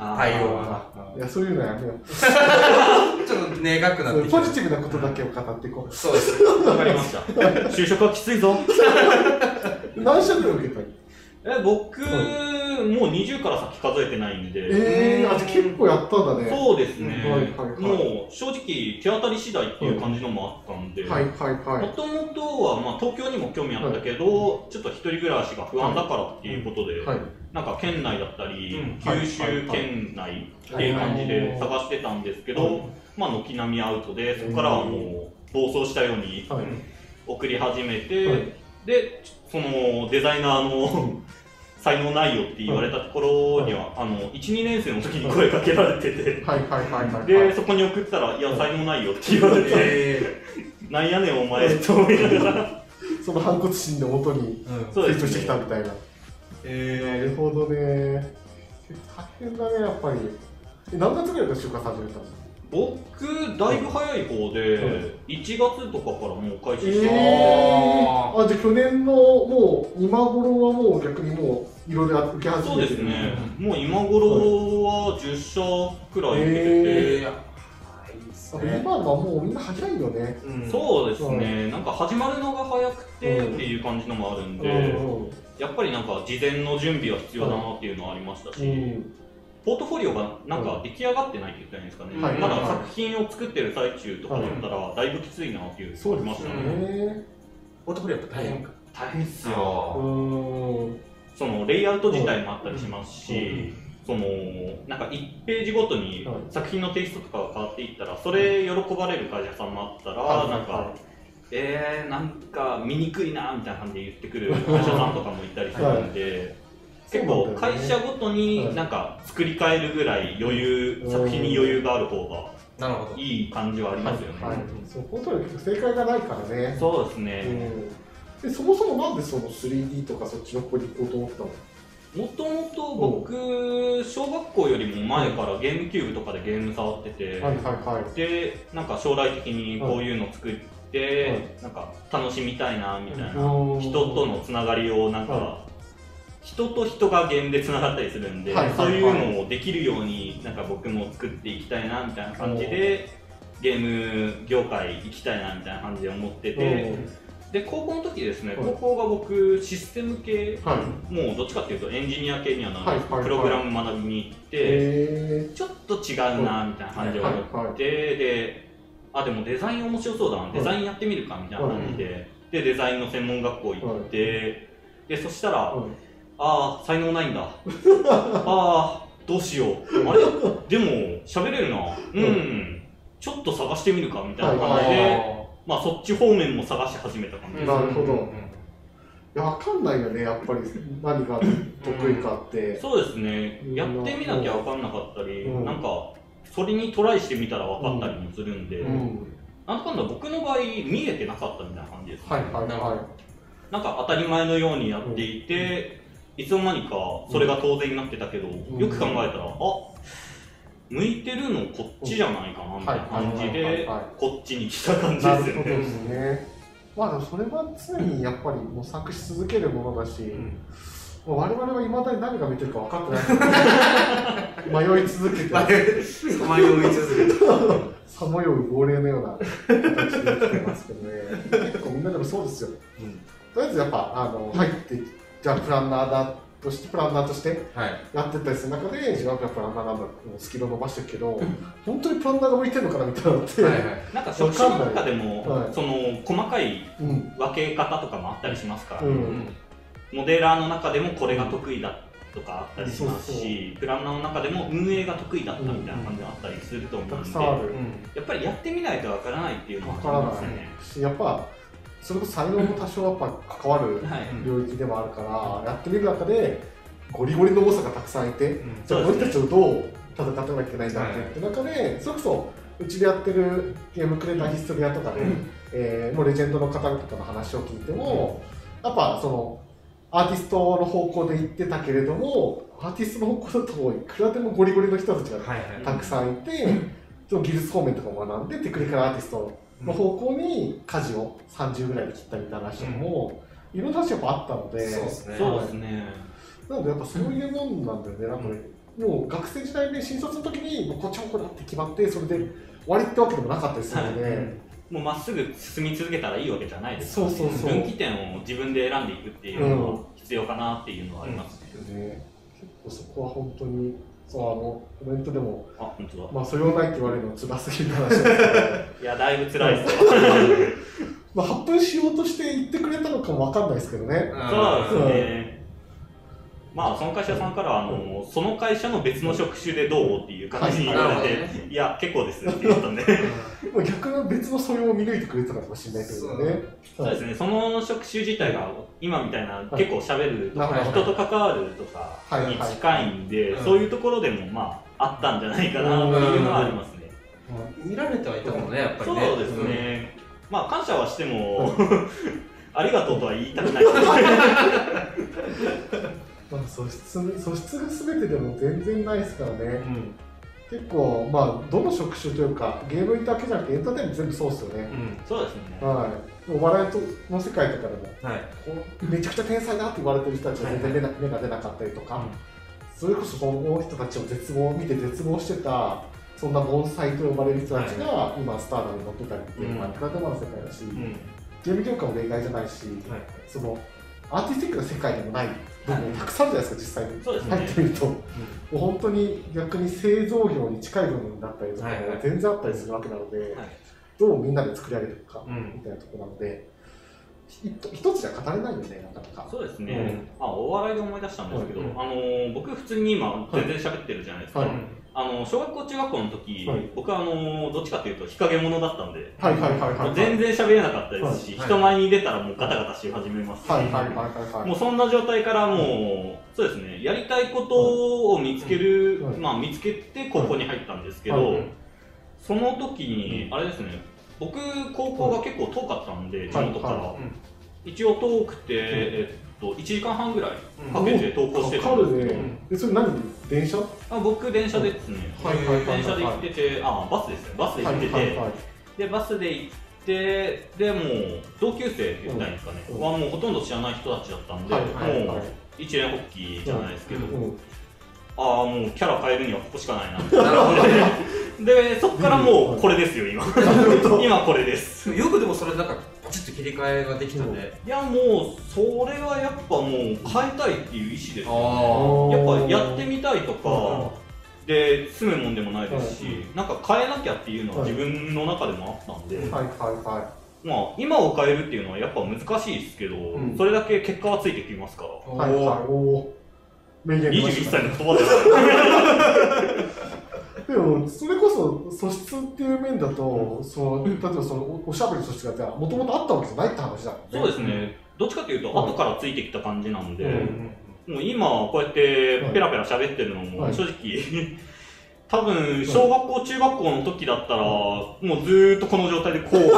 Speaker 2: あー
Speaker 4: 対応
Speaker 3: いや、そういうのやめよ
Speaker 4: どちょっと願くなって
Speaker 3: う、
Speaker 4: きた
Speaker 3: ポジティブなことだけを語っていこ
Speaker 4: そうです
Speaker 2: わかりました就職はきつい ぞ
Speaker 3: う。何社ぐらい受けたの
Speaker 2: え僕、
Speaker 3: は
Speaker 2: もう20から先数えてないんで、
Speaker 3: えー、あじゃあ結構やったんだね。
Speaker 2: そうですね、
Speaker 3: はいはいはい
Speaker 2: もう正直手当たり次第っていう感じのもあったんで、
Speaker 3: はいはいは
Speaker 2: も
Speaker 3: い。
Speaker 2: ともとは、まあ、東京にも興味あったけど、ちょっと一人暮らしが不安だからっていうことで、
Speaker 3: はい、
Speaker 2: なんか県内だったり、
Speaker 4: うん
Speaker 2: 九州県内っていう感じで探してたんですけど、まあ、軒並みアウトで、そこからはもう暴走したように
Speaker 3: はい
Speaker 2: 送り始めて、
Speaker 3: はい
Speaker 2: で、そのデザイナーの才能ないよって言われたところには、あの1、2年生の時に声かけられてて、
Speaker 3: はいはいはいはい。
Speaker 2: で、そこに送ったら、いや、才能ないよって言われて、
Speaker 4: え
Speaker 2: なんやねん、お前と思いながら。
Speaker 3: その反骨心のもとに
Speaker 4: ーうん
Speaker 2: そう
Speaker 3: 成
Speaker 2: です
Speaker 3: 長
Speaker 2: ね
Speaker 3: してきたみたいな。な
Speaker 4: え
Speaker 3: るほどね。大変だね、やっぱり。え何月ぐらいから就活始めたの
Speaker 2: 僕だいぶ早い方
Speaker 3: うん
Speaker 2: で、1月とかからもう開始して、
Speaker 4: え
Speaker 3: あーあ、じゃあ去年のもう今頃はもう逆にもういろいろ受け始
Speaker 2: そう
Speaker 3: め
Speaker 2: で
Speaker 3: て
Speaker 2: す
Speaker 3: る
Speaker 2: ね、もう今頃は10社くらい受け
Speaker 4: ーえ
Speaker 2: てて、
Speaker 4: ーいやいいっす
Speaker 3: あ
Speaker 4: ね
Speaker 3: 今のはもうみんな早いよね。
Speaker 4: うん
Speaker 2: そうですね、なんか始まるのが早くてっていう感じのもあるんで、
Speaker 3: うん
Speaker 2: やっぱりなんか事前の準備は必要だなっていうのはありましたし、
Speaker 3: うん
Speaker 2: ポートフォリオがなんか出来上がってないって言ったらいいんですかね、
Speaker 4: はい
Speaker 2: まだ作品を作ってる最中とかだったら、だいぶきついなっていうのがありましたね、
Speaker 4: そうで
Speaker 3: ね。
Speaker 1: ポートフォリオやっぱ大変か。
Speaker 2: 大変っす
Speaker 4: いや
Speaker 2: よ、
Speaker 3: う
Speaker 4: ー
Speaker 3: ーん。
Speaker 2: そのレイアウト自体もあったりしますし、そのなんか1ページごとに
Speaker 3: はい
Speaker 2: 作品のテイストとかが変わっていったら、それ喜ばれる会社さんもあったら、
Speaker 3: はい
Speaker 2: なん
Speaker 3: は
Speaker 2: か、えー、なんか見にくいなみたいな感じで言ってくる会社さんとかもいたりするんで。結構会
Speaker 3: そうなんだよね
Speaker 2: 社ごとになんか作り変えるぐらい余裕、
Speaker 3: うん
Speaker 2: 作品に余裕がある方が
Speaker 1: なるほど。
Speaker 2: いい感じはありますよね、
Speaker 3: はい。そう、ポートフォリオ結局正解がないからね。
Speaker 2: そうです
Speaker 3: う
Speaker 2: ね
Speaker 3: ん。で、そもそもなんでその 3D とかそっちの方に行こうと思ったの
Speaker 2: もともと僕小学校よりも前からゲームキューブとかでゲーム触ってて、
Speaker 3: はいはいはい。
Speaker 2: でなんか将来的にこういうの作って、
Speaker 3: はい
Speaker 2: なんか楽しみたいなみたいな、
Speaker 3: 人
Speaker 2: 人とのつながりをなんか、
Speaker 3: は
Speaker 2: 人と人がゲームでつながったりするんで、
Speaker 3: はいはいはい
Speaker 2: そういうのをできるようになんか僕も作っていきたいなみたいな感じでゲーム業界行きたいなみたいな感じで思っててで高校の時ですね
Speaker 3: はい
Speaker 2: 高校が僕システム系
Speaker 3: はい。
Speaker 2: もうどっちかっていうとエンジニア系にはなるんですけど
Speaker 3: はいはいはい
Speaker 2: プログラム学びに行って
Speaker 3: え
Speaker 2: ちょっと違うなみたいな感じ
Speaker 3: ー
Speaker 2: で
Speaker 3: は
Speaker 2: 思
Speaker 3: い
Speaker 2: って
Speaker 3: はい。
Speaker 2: でであでもデザイン面白そうだな、デザインやってみるかみたいな感じで、でデザインの専門学校行って、でそしたら、
Speaker 3: うん
Speaker 2: ああ才能 ないんだああどうしようあれでも喋れるなうん、ちょっと探してみるかみたいな
Speaker 3: は
Speaker 2: 感じで、まあそっち方面も探し始めた感じです、
Speaker 3: なるほど
Speaker 4: うん
Speaker 3: いや、わかんないよね、やっぱり何が得意かって。
Speaker 2: そうですね
Speaker 3: うん
Speaker 2: やってみなきゃ分かんなかったり、
Speaker 3: うん
Speaker 2: なんかそれにトライしてみたら分かったりもするんで、
Speaker 3: うん。
Speaker 2: なんだかんだ僕の場合見えてなかったみたいな感じですね、
Speaker 3: はいはいは
Speaker 2: なんか当たり前のようにやっていて、いつの間にかそれが当然になってたけど、
Speaker 3: ん
Speaker 2: よく考えたら、あ向いてるのこっちじゃないかなみたいな感じ
Speaker 3: はいはいはい
Speaker 2: で
Speaker 3: はい、
Speaker 2: こっちに来た感
Speaker 3: い。
Speaker 2: じで
Speaker 3: なる
Speaker 2: すよ
Speaker 3: ほど
Speaker 2: ね。
Speaker 3: ですね。まあでもそれは常にやっぱり模索し続けるものだし、
Speaker 4: うん
Speaker 3: もう我々はいまだに何が見てるか分かって ない迷い続けて
Speaker 1: まあ、捕まえを追い続けて。
Speaker 3: さまよう亡霊のような形で生きてますけどね結構みんなでもそうですよとりあえずやっぱあの入ってじゃあプランナーだとしてプランナーとして
Speaker 1: はい。
Speaker 3: やってったりする中で自分はプランナーなんだスキルを伸ばしてるけど本当にプランナーが向いてるのかなみたいなのって、
Speaker 4: はいはい
Speaker 2: なんか職種の中でも、
Speaker 3: わかんないはい
Speaker 2: その細かい
Speaker 3: うん
Speaker 2: 分け方とかもあったりしますから、
Speaker 3: う
Speaker 4: うんん
Speaker 2: モデラーの中でもこれが得意だとかあったりしますし、プランナーの中でも運営が得意だったみたいな感じがあったりすると思
Speaker 3: た
Speaker 2: うん
Speaker 3: く
Speaker 2: で、
Speaker 3: さんあ
Speaker 2: や
Speaker 3: る
Speaker 2: っぱりやってみないとわからないっていうの
Speaker 3: わ
Speaker 2: は
Speaker 3: から
Speaker 2: ありますよ
Speaker 3: な
Speaker 2: ね。
Speaker 3: いしやっぱそれこそ才能も多少やっぱ関わる
Speaker 2: はい
Speaker 3: 領域でもあるからやってみる中でゴリゴリの猛者がたくさんいて
Speaker 4: うん
Speaker 3: じゃあ俺たちをどう戦ってなきゃいけないんだって言って中でそれこそうちでやってるゲームクレーターヒストリアとかで、えーもうレジェンドの方とかの話を聞いても、やっぱそのアーティストの方向で行ってたけれどもアーティストの方向だといくらでもゴリゴリの人たちが
Speaker 1: はいはい。
Speaker 3: たくさんいて、その技術方面とかも学んでテクニカルアーティストの方向に舵を30ぐらいで切ったみたいな話とかも、いろんな話やっぱあったので。
Speaker 1: そうですね。
Speaker 2: そうですね。
Speaker 3: なのでやっぱそういうもんなんだよね、なんかね、もう学生時代で新卒の時に、もうこっちもこれだって決まって、それで終わりってわけでもなかったりするので、
Speaker 2: はもうまっすぐ進み続けたらいいわけじゃないです
Speaker 3: そうそうそう、
Speaker 2: 分岐点を自分で選んでいくっていうのは必要かなっていうのはありますね。
Speaker 3: ね、結構そこは本当に、そうあのコメントでも、
Speaker 2: あ、本当
Speaker 3: まあ、素養ないって言われるのは辛すぎる話ですけど、
Speaker 2: だ。いや、だいぶ辛いですよ。
Speaker 3: まあ、発奮しようとして言ってくれたのかもわかんないですけどね、
Speaker 2: そう
Speaker 1: う
Speaker 2: ですね。まあ、その会社さんからはあの、その会社の別の職種でどうっていう形に言われ
Speaker 1: はい
Speaker 2: て、いや、結構ですって言ったんで、
Speaker 3: まあ、逆の別の素養を見抜いてくれてたのかもしれないけどね。
Speaker 2: そうですね、その職種自体が今みたいな、結構喋ると
Speaker 3: はい
Speaker 2: か、人と関わるとかに近いんで、
Speaker 1: はい
Speaker 2: そういうところでも、まあ、あったんじゃないかなっていうのはありますね。
Speaker 1: うん見られてはいたもんね、やっぱりね。
Speaker 2: そうですね、まあ感謝はしても、 ありがとうとは言いたくない
Speaker 3: まあ、素質素質が全てでも全然ないですからね。
Speaker 4: うん
Speaker 3: 結構まあどの職種というかゲームだけじゃなくてエンターテインメント全部そうですよね、
Speaker 4: うん
Speaker 2: そうですね、
Speaker 3: はいお笑いとの世界とかでも
Speaker 1: うん。はい。
Speaker 3: こうめちゃくちゃ天才だって言われてる人たちは全然目,、目が出なかったりとか、それこそその人たちを絶望見て絶望してたそんな盆栽と呼ばれる人たちが今スターダムに乗ってたりっていうのは
Speaker 4: うん
Speaker 3: いくらでもある世界だし、
Speaker 4: うん
Speaker 3: ゲーム業界も例外じゃないし、
Speaker 1: はい
Speaker 3: そのアーティスティックな世界でもないでもたくさんじゃないですか実際に
Speaker 2: そうですね
Speaker 3: 入ってみると、もう本当に逆に製造業に近い部分だったりとか
Speaker 1: はいはい
Speaker 3: 全然あったりするわけなので、
Speaker 2: はい
Speaker 3: どうみんなで作り上げていくか
Speaker 1: うん
Speaker 3: みたいなところなので、ひ一一つじゃ語れないよねなかなか。
Speaker 2: そうですね、あお笑いで思い出したんですけど、
Speaker 1: はい
Speaker 2: あのー僕普通に今全然喋ってるじゃないですか、
Speaker 3: はい
Speaker 2: あの小学校中学校の時、
Speaker 3: はい
Speaker 2: 僕はあのーどっちかっていうと日陰者だったんで、
Speaker 3: はいはいはいはいはい。
Speaker 2: 全然喋れなかったですし、
Speaker 1: はい
Speaker 2: 人前に出たらもうガタガタし始めますし、
Speaker 3: はいはいはいはいはい。
Speaker 2: もうそんな状態からもう、そうですね、やりたいことを見つける、
Speaker 3: はい
Speaker 2: まあ見つけて高校に入ったんですけど、
Speaker 3: はい
Speaker 2: その時に、あれですね、僕、高校が結構遠かったんで、地元から、
Speaker 3: はい
Speaker 1: うん
Speaker 2: 一応遠くて、えっと、1時間半ぐらいかけて登校してたん
Speaker 3: かか
Speaker 2: です
Speaker 3: るね。えそれ何電車？は
Speaker 2: あ僕、電車でですね、
Speaker 1: はいはいはいはい
Speaker 2: 電車で行ってて、あ、バスですね、バスで行ってて、
Speaker 3: い。
Speaker 2: でバスで行ってでもう同級生って言ったらいいんですかね、
Speaker 3: うん
Speaker 2: はもうほとんど知らない人たちだったんで、
Speaker 3: はいはいは
Speaker 2: も。
Speaker 3: いう
Speaker 2: 一連発起じゃないですけど、
Speaker 3: うん
Speaker 2: ああもうキャラ変えるにはここしかないなって
Speaker 4: なるほどね
Speaker 2: でそこからもうこれですよ今 今これです
Speaker 1: でもよくでもそれなんかパチッと切り替えができたね。
Speaker 2: いやもうそれはやっぱもう変えたいっていう意思です
Speaker 4: あ
Speaker 2: よねやっぱやってみたいとかで住むもんでもないですし、なんか変えなきゃっていうのは自分の中でもあったんで、
Speaker 3: はいはいは
Speaker 2: まあ今を変えるっていうのはやっぱ難しいですけど、
Speaker 3: ん
Speaker 2: それだけ結果はついてきますから
Speaker 4: お
Speaker 3: いはい
Speaker 4: ー
Speaker 3: はい。おお。名言出ま
Speaker 2: 21
Speaker 3: した
Speaker 2: 歳の言葉では
Speaker 3: でもそれこそ素質っていう面だと、その例えばそのおおしゃべりの素質がじゃあもともとあったわけじゃないって話だもんね。
Speaker 2: そうですねどっちかというと
Speaker 3: はい
Speaker 2: 後からついてきた感じなんで、
Speaker 3: うん
Speaker 2: もう今こうやってペラペラ喋ってるのも
Speaker 3: はい
Speaker 2: 正直、 多分小学校中学校の時だったらもうずーっとこの状態でこう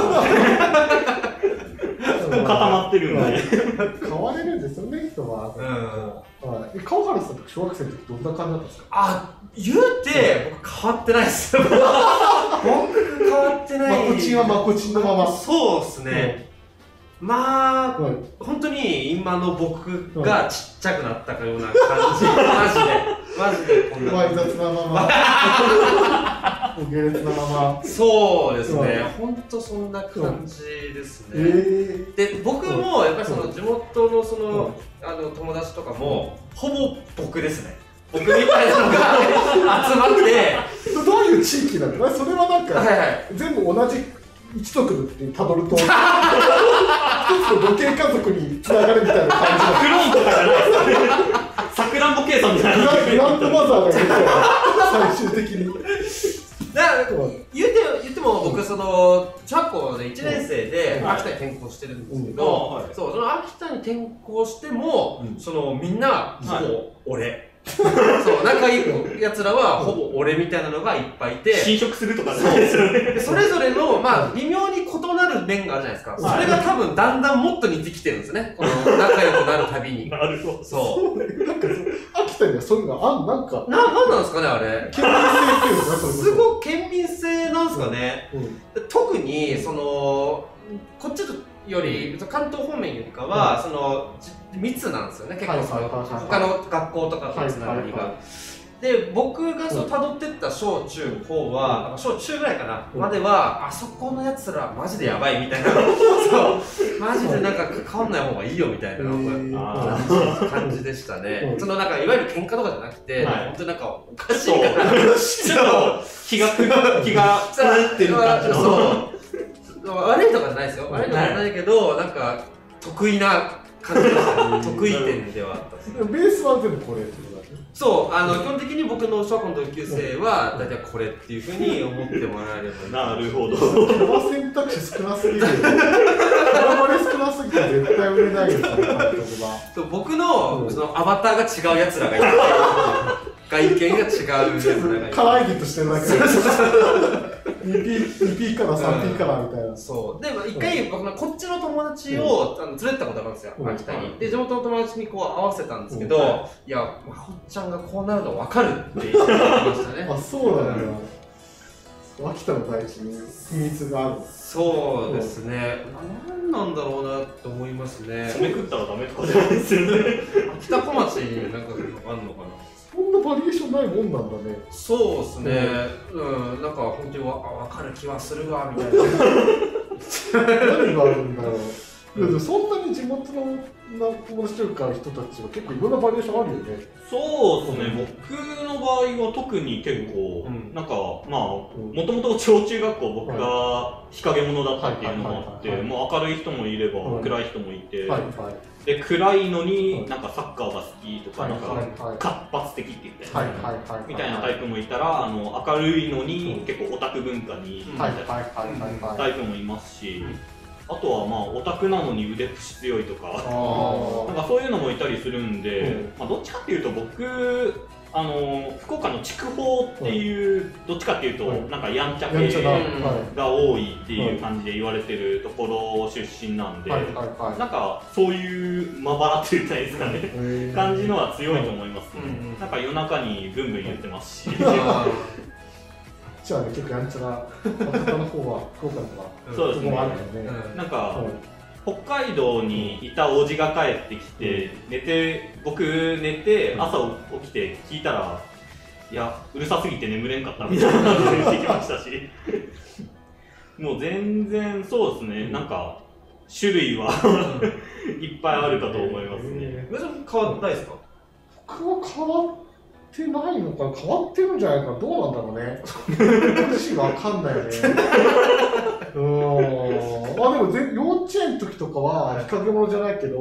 Speaker 3: 固
Speaker 2: 固まってるんで
Speaker 3: 変われるんですよね人は。
Speaker 1: うん
Speaker 3: はいえ川原さんって小学生の時どんな感じだったんですか？
Speaker 1: あ、言うて、僕変わってないっすよ。僕変わってな
Speaker 3: ま
Speaker 1: い。
Speaker 3: こちんはまこちんのまま。
Speaker 1: そうっすね。まあ、
Speaker 3: はい
Speaker 1: 本当に今の僕がちっちゃくなったかような感じ、マジでマジでこんな
Speaker 3: わい
Speaker 1: 感
Speaker 3: 雑なまま。お下劣なま ま。
Speaker 1: じそうです
Speaker 3: は
Speaker 1: ね
Speaker 3: い
Speaker 1: 本当そんな感じです
Speaker 3: え
Speaker 1: ね、
Speaker 3: ー
Speaker 1: で僕もやっぱりその地元のそ
Speaker 3: は
Speaker 1: のあの友達とかもほぼ僕ですね僕みたいなのが 集まって
Speaker 3: どういう地域なの？それはなん
Speaker 1: は
Speaker 3: か
Speaker 1: いはい
Speaker 3: 全部同じ一族ってたどると 一つの母系家族につながるみたいな感じなの。
Speaker 2: クローンとかじゃないですよねさくらんぼ計算じゃない
Speaker 3: グランドマザーがいるから最終的に。
Speaker 1: だから言うて言っても僕その中学校まで1年生で
Speaker 2: うん
Speaker 1: 秋田に転校してるんですけ
Speaker 2: うん
Speaker 1: ど、
Speaker 2: はい
Speaker 1: そうその秋田に転校しても、
Speaker 3: うん
Speaker 1: そのみんな
Speaker 2: うん
Speaker 1: ほぼ俺、 そう仲いいやつらはほぼ俺みたいなのがいっぱいいて
Speaker 2: 侵食するとかじゃないですよね
Speaker 1: でそれぞれのまあ微妙に異なる面があるじゃないですか
Speaker 2: うん
Speaker 1: それが多分だんだんもっと似てきてるんですねこの仲良くなるたびに
Speaker 2: なるほど
Speaker 1: そ
Speaker 3: なんかそう秋田にはそういうのがあんなんか
Speaker 1: うななんなんですかねあれ
Speaker 3: 県民性っていうのかなそれこそ。
Speaker 1: すごく県民性なんですかね、
Speaker 3: うん
Speaker 1: 特にそのこっちより関東方面よりかは、そのじ密なんですよね結構その、
Speaker 3: はいはいはいはい
Speaker 1: 他の学校とかとのつながりが。
Speaker 3: はいはいは
Speaker 1: で僕がそう辿ってった小中高は、なんか小中ぐらいかな、
Speaker 3: うん
Speaker 1: まではあそこのやつらマジでやばいみ たいなそうマジでなんか関わんない方がいいよみたい
Speaker 3: え
Speaker 1: な、
Speaker 3: ー
Speaker 2: あ
Speaker 1: 感じでしたね、
Speaker 3: うん
Speaker 1: そのなんかいわゆる喧嘩とかじゃなくて、
Speaker 2: はい
Speaker 1: 本当になんかおかしいから
Speaker 2: ちょっと気がく気が
Speaker 1: さあ
Speaker 2: 狂ってる感じの
Speaker 1: そう悪いとかじゃないですよ悪いとかじゃないけどなんか得意な感じでした 得意点ではあった
Speaker 3: でもベースは全部これってことだね。
Speaker 1: そうあの基本的に僕の小学校の同級生は大体これっていうふうに思ってもらえればいい
Speaker 2: なるほど
Speaker 3: この選択肢少なすぎるよ。これまで少なすぎて絶対売れないよ、この監督は。
Speaker 1: そう僕の
Speaker 3: うん
Speaker 1: そのアバターが違うやつらがい る外見が違うやつらがいる
Speaker 3: 可愛いとしてるだけで。2P, 2P から 3P からみたいな。
Speaker 1: そうで一回僕のこっちの友達を、あの連れてったことあるんですよ、
Speaker 3: うん
Speaker 1: 秋田にで地元の友達にこう合わせたんですけど、
Speaker 3: うん
Speaker 1: いやまほっちゃんがこうなるの分かるって言ってましたね
Speaker 3: あ、そうなんだ。秋田の大地に秘密がある。
Speaker 1: そうですね、なん、なんだろうなって思いますね
Speaker 2: 染め食ったらダメとかじゃないですよね
Speaker 1: 秋田小町になんかあんのかな
Speaker 3: そんなバリエーションないもんなんだね。
Speaker 1: そうですねうん、なんか本当にわあ分かる気はするわみたいな
Speaker 3: 何があるんだろう。いやでもそんなに地元のな友達というか人たちは結構いろんなバリエーションあるよね。
Speaker 2: そうですね、僕の場合は特に結構、
Speaker 4: うん
Speaker 2: なんかまあも
Speaker 3: うん
Speaker 2: ともと小中学校僕が日陰者だったっていうのもあっ
Speaker 3: はい
Speaker 2: て
Speaker 3: はいはい
Speaker 2: もう明るい人もいれば
Speaker 3: うん
Speaker 2: 暗い人もいて、
Speaker 3: はいはい
Speaker 2: で暗いの
Speaker 3: は
Speaker 2: に
Speaker 3: い
Speaker 2: なんかサッカーが好きとか,、
Speaker 3: はいはい
Speaker 2: なんか
Speaker 3: はい
Speaker 2: 活発的って言って、
Speaker 3: はいはいはい
Speaker 2: みたいなタイプもいたらあの明るいのに結構オタク文化にみた
Speaker 3: はい
Speaker 2: い
Speaker 3: はい
Speaker 2: な
Speaker 3: はいはいは
Speaker 2: タ
Speaker 3: い。
Speaker 2: イプもいますし、あとはまあオタクなのに腕っぷし強いとか。なん
Speaker 3: あー
Speaker 2: かそういうのもいたりするんで、
Speaker 3: うん
Speaker 2: まあ、どっちかっていうと僕あの福岡の筑豊っていう、どっちかっていうと、
Speaker 3: うん
Speaker 2: なんかやんちゃ
Speaker 3: やんちゃだ。は
Speaker 2: 系
Speaker 3: い
Speaker 2: が多いっていう感じで言われてるところ出身なんで、
Speaker 3: はいはいは
Speaker 2: なんかそういうまばらというたらいいですかね、
Speaker 3: いへー。
Speaker 2: 感じのは強いと思いますね、
Speaker 4: うんうん
Speaker 2: なんか夜中にブンブン言ってますし、
Speaker 1: あ
Speaker 3: じゃあね結構やんちゃな方の方は福岡の方は
Speaker 1: ー
Speaker 2: そうです
Speaker 3: そ
Speaker 2: ね
Speaker 3: こもあるよね。
Speaker 1: うん
Speaker 2: なんか、
Speaker 3: はい
Speaker 2: 北海道にいたおじが帰ってきて、寝て僕寝て
Speaker 3: うん
Speaker 2: 朝起きて聞いたら、いやうるさすぎて眠れんかったみたいな話をしてきましたしもう全然そうですね、
Speaker 3: うん
Speaker 2: なんか種類はいっぱいあるかと思いますね、
Speaker 3: へー
Speaker 1: 上田さん変わったないですか
Speaker 3: 僕は変わってないのかな変わってるんじゃないかなどうなんだろうね僕自身わかんないよねうーんあでも全幼稚園の時とかは日陰者じゃないけど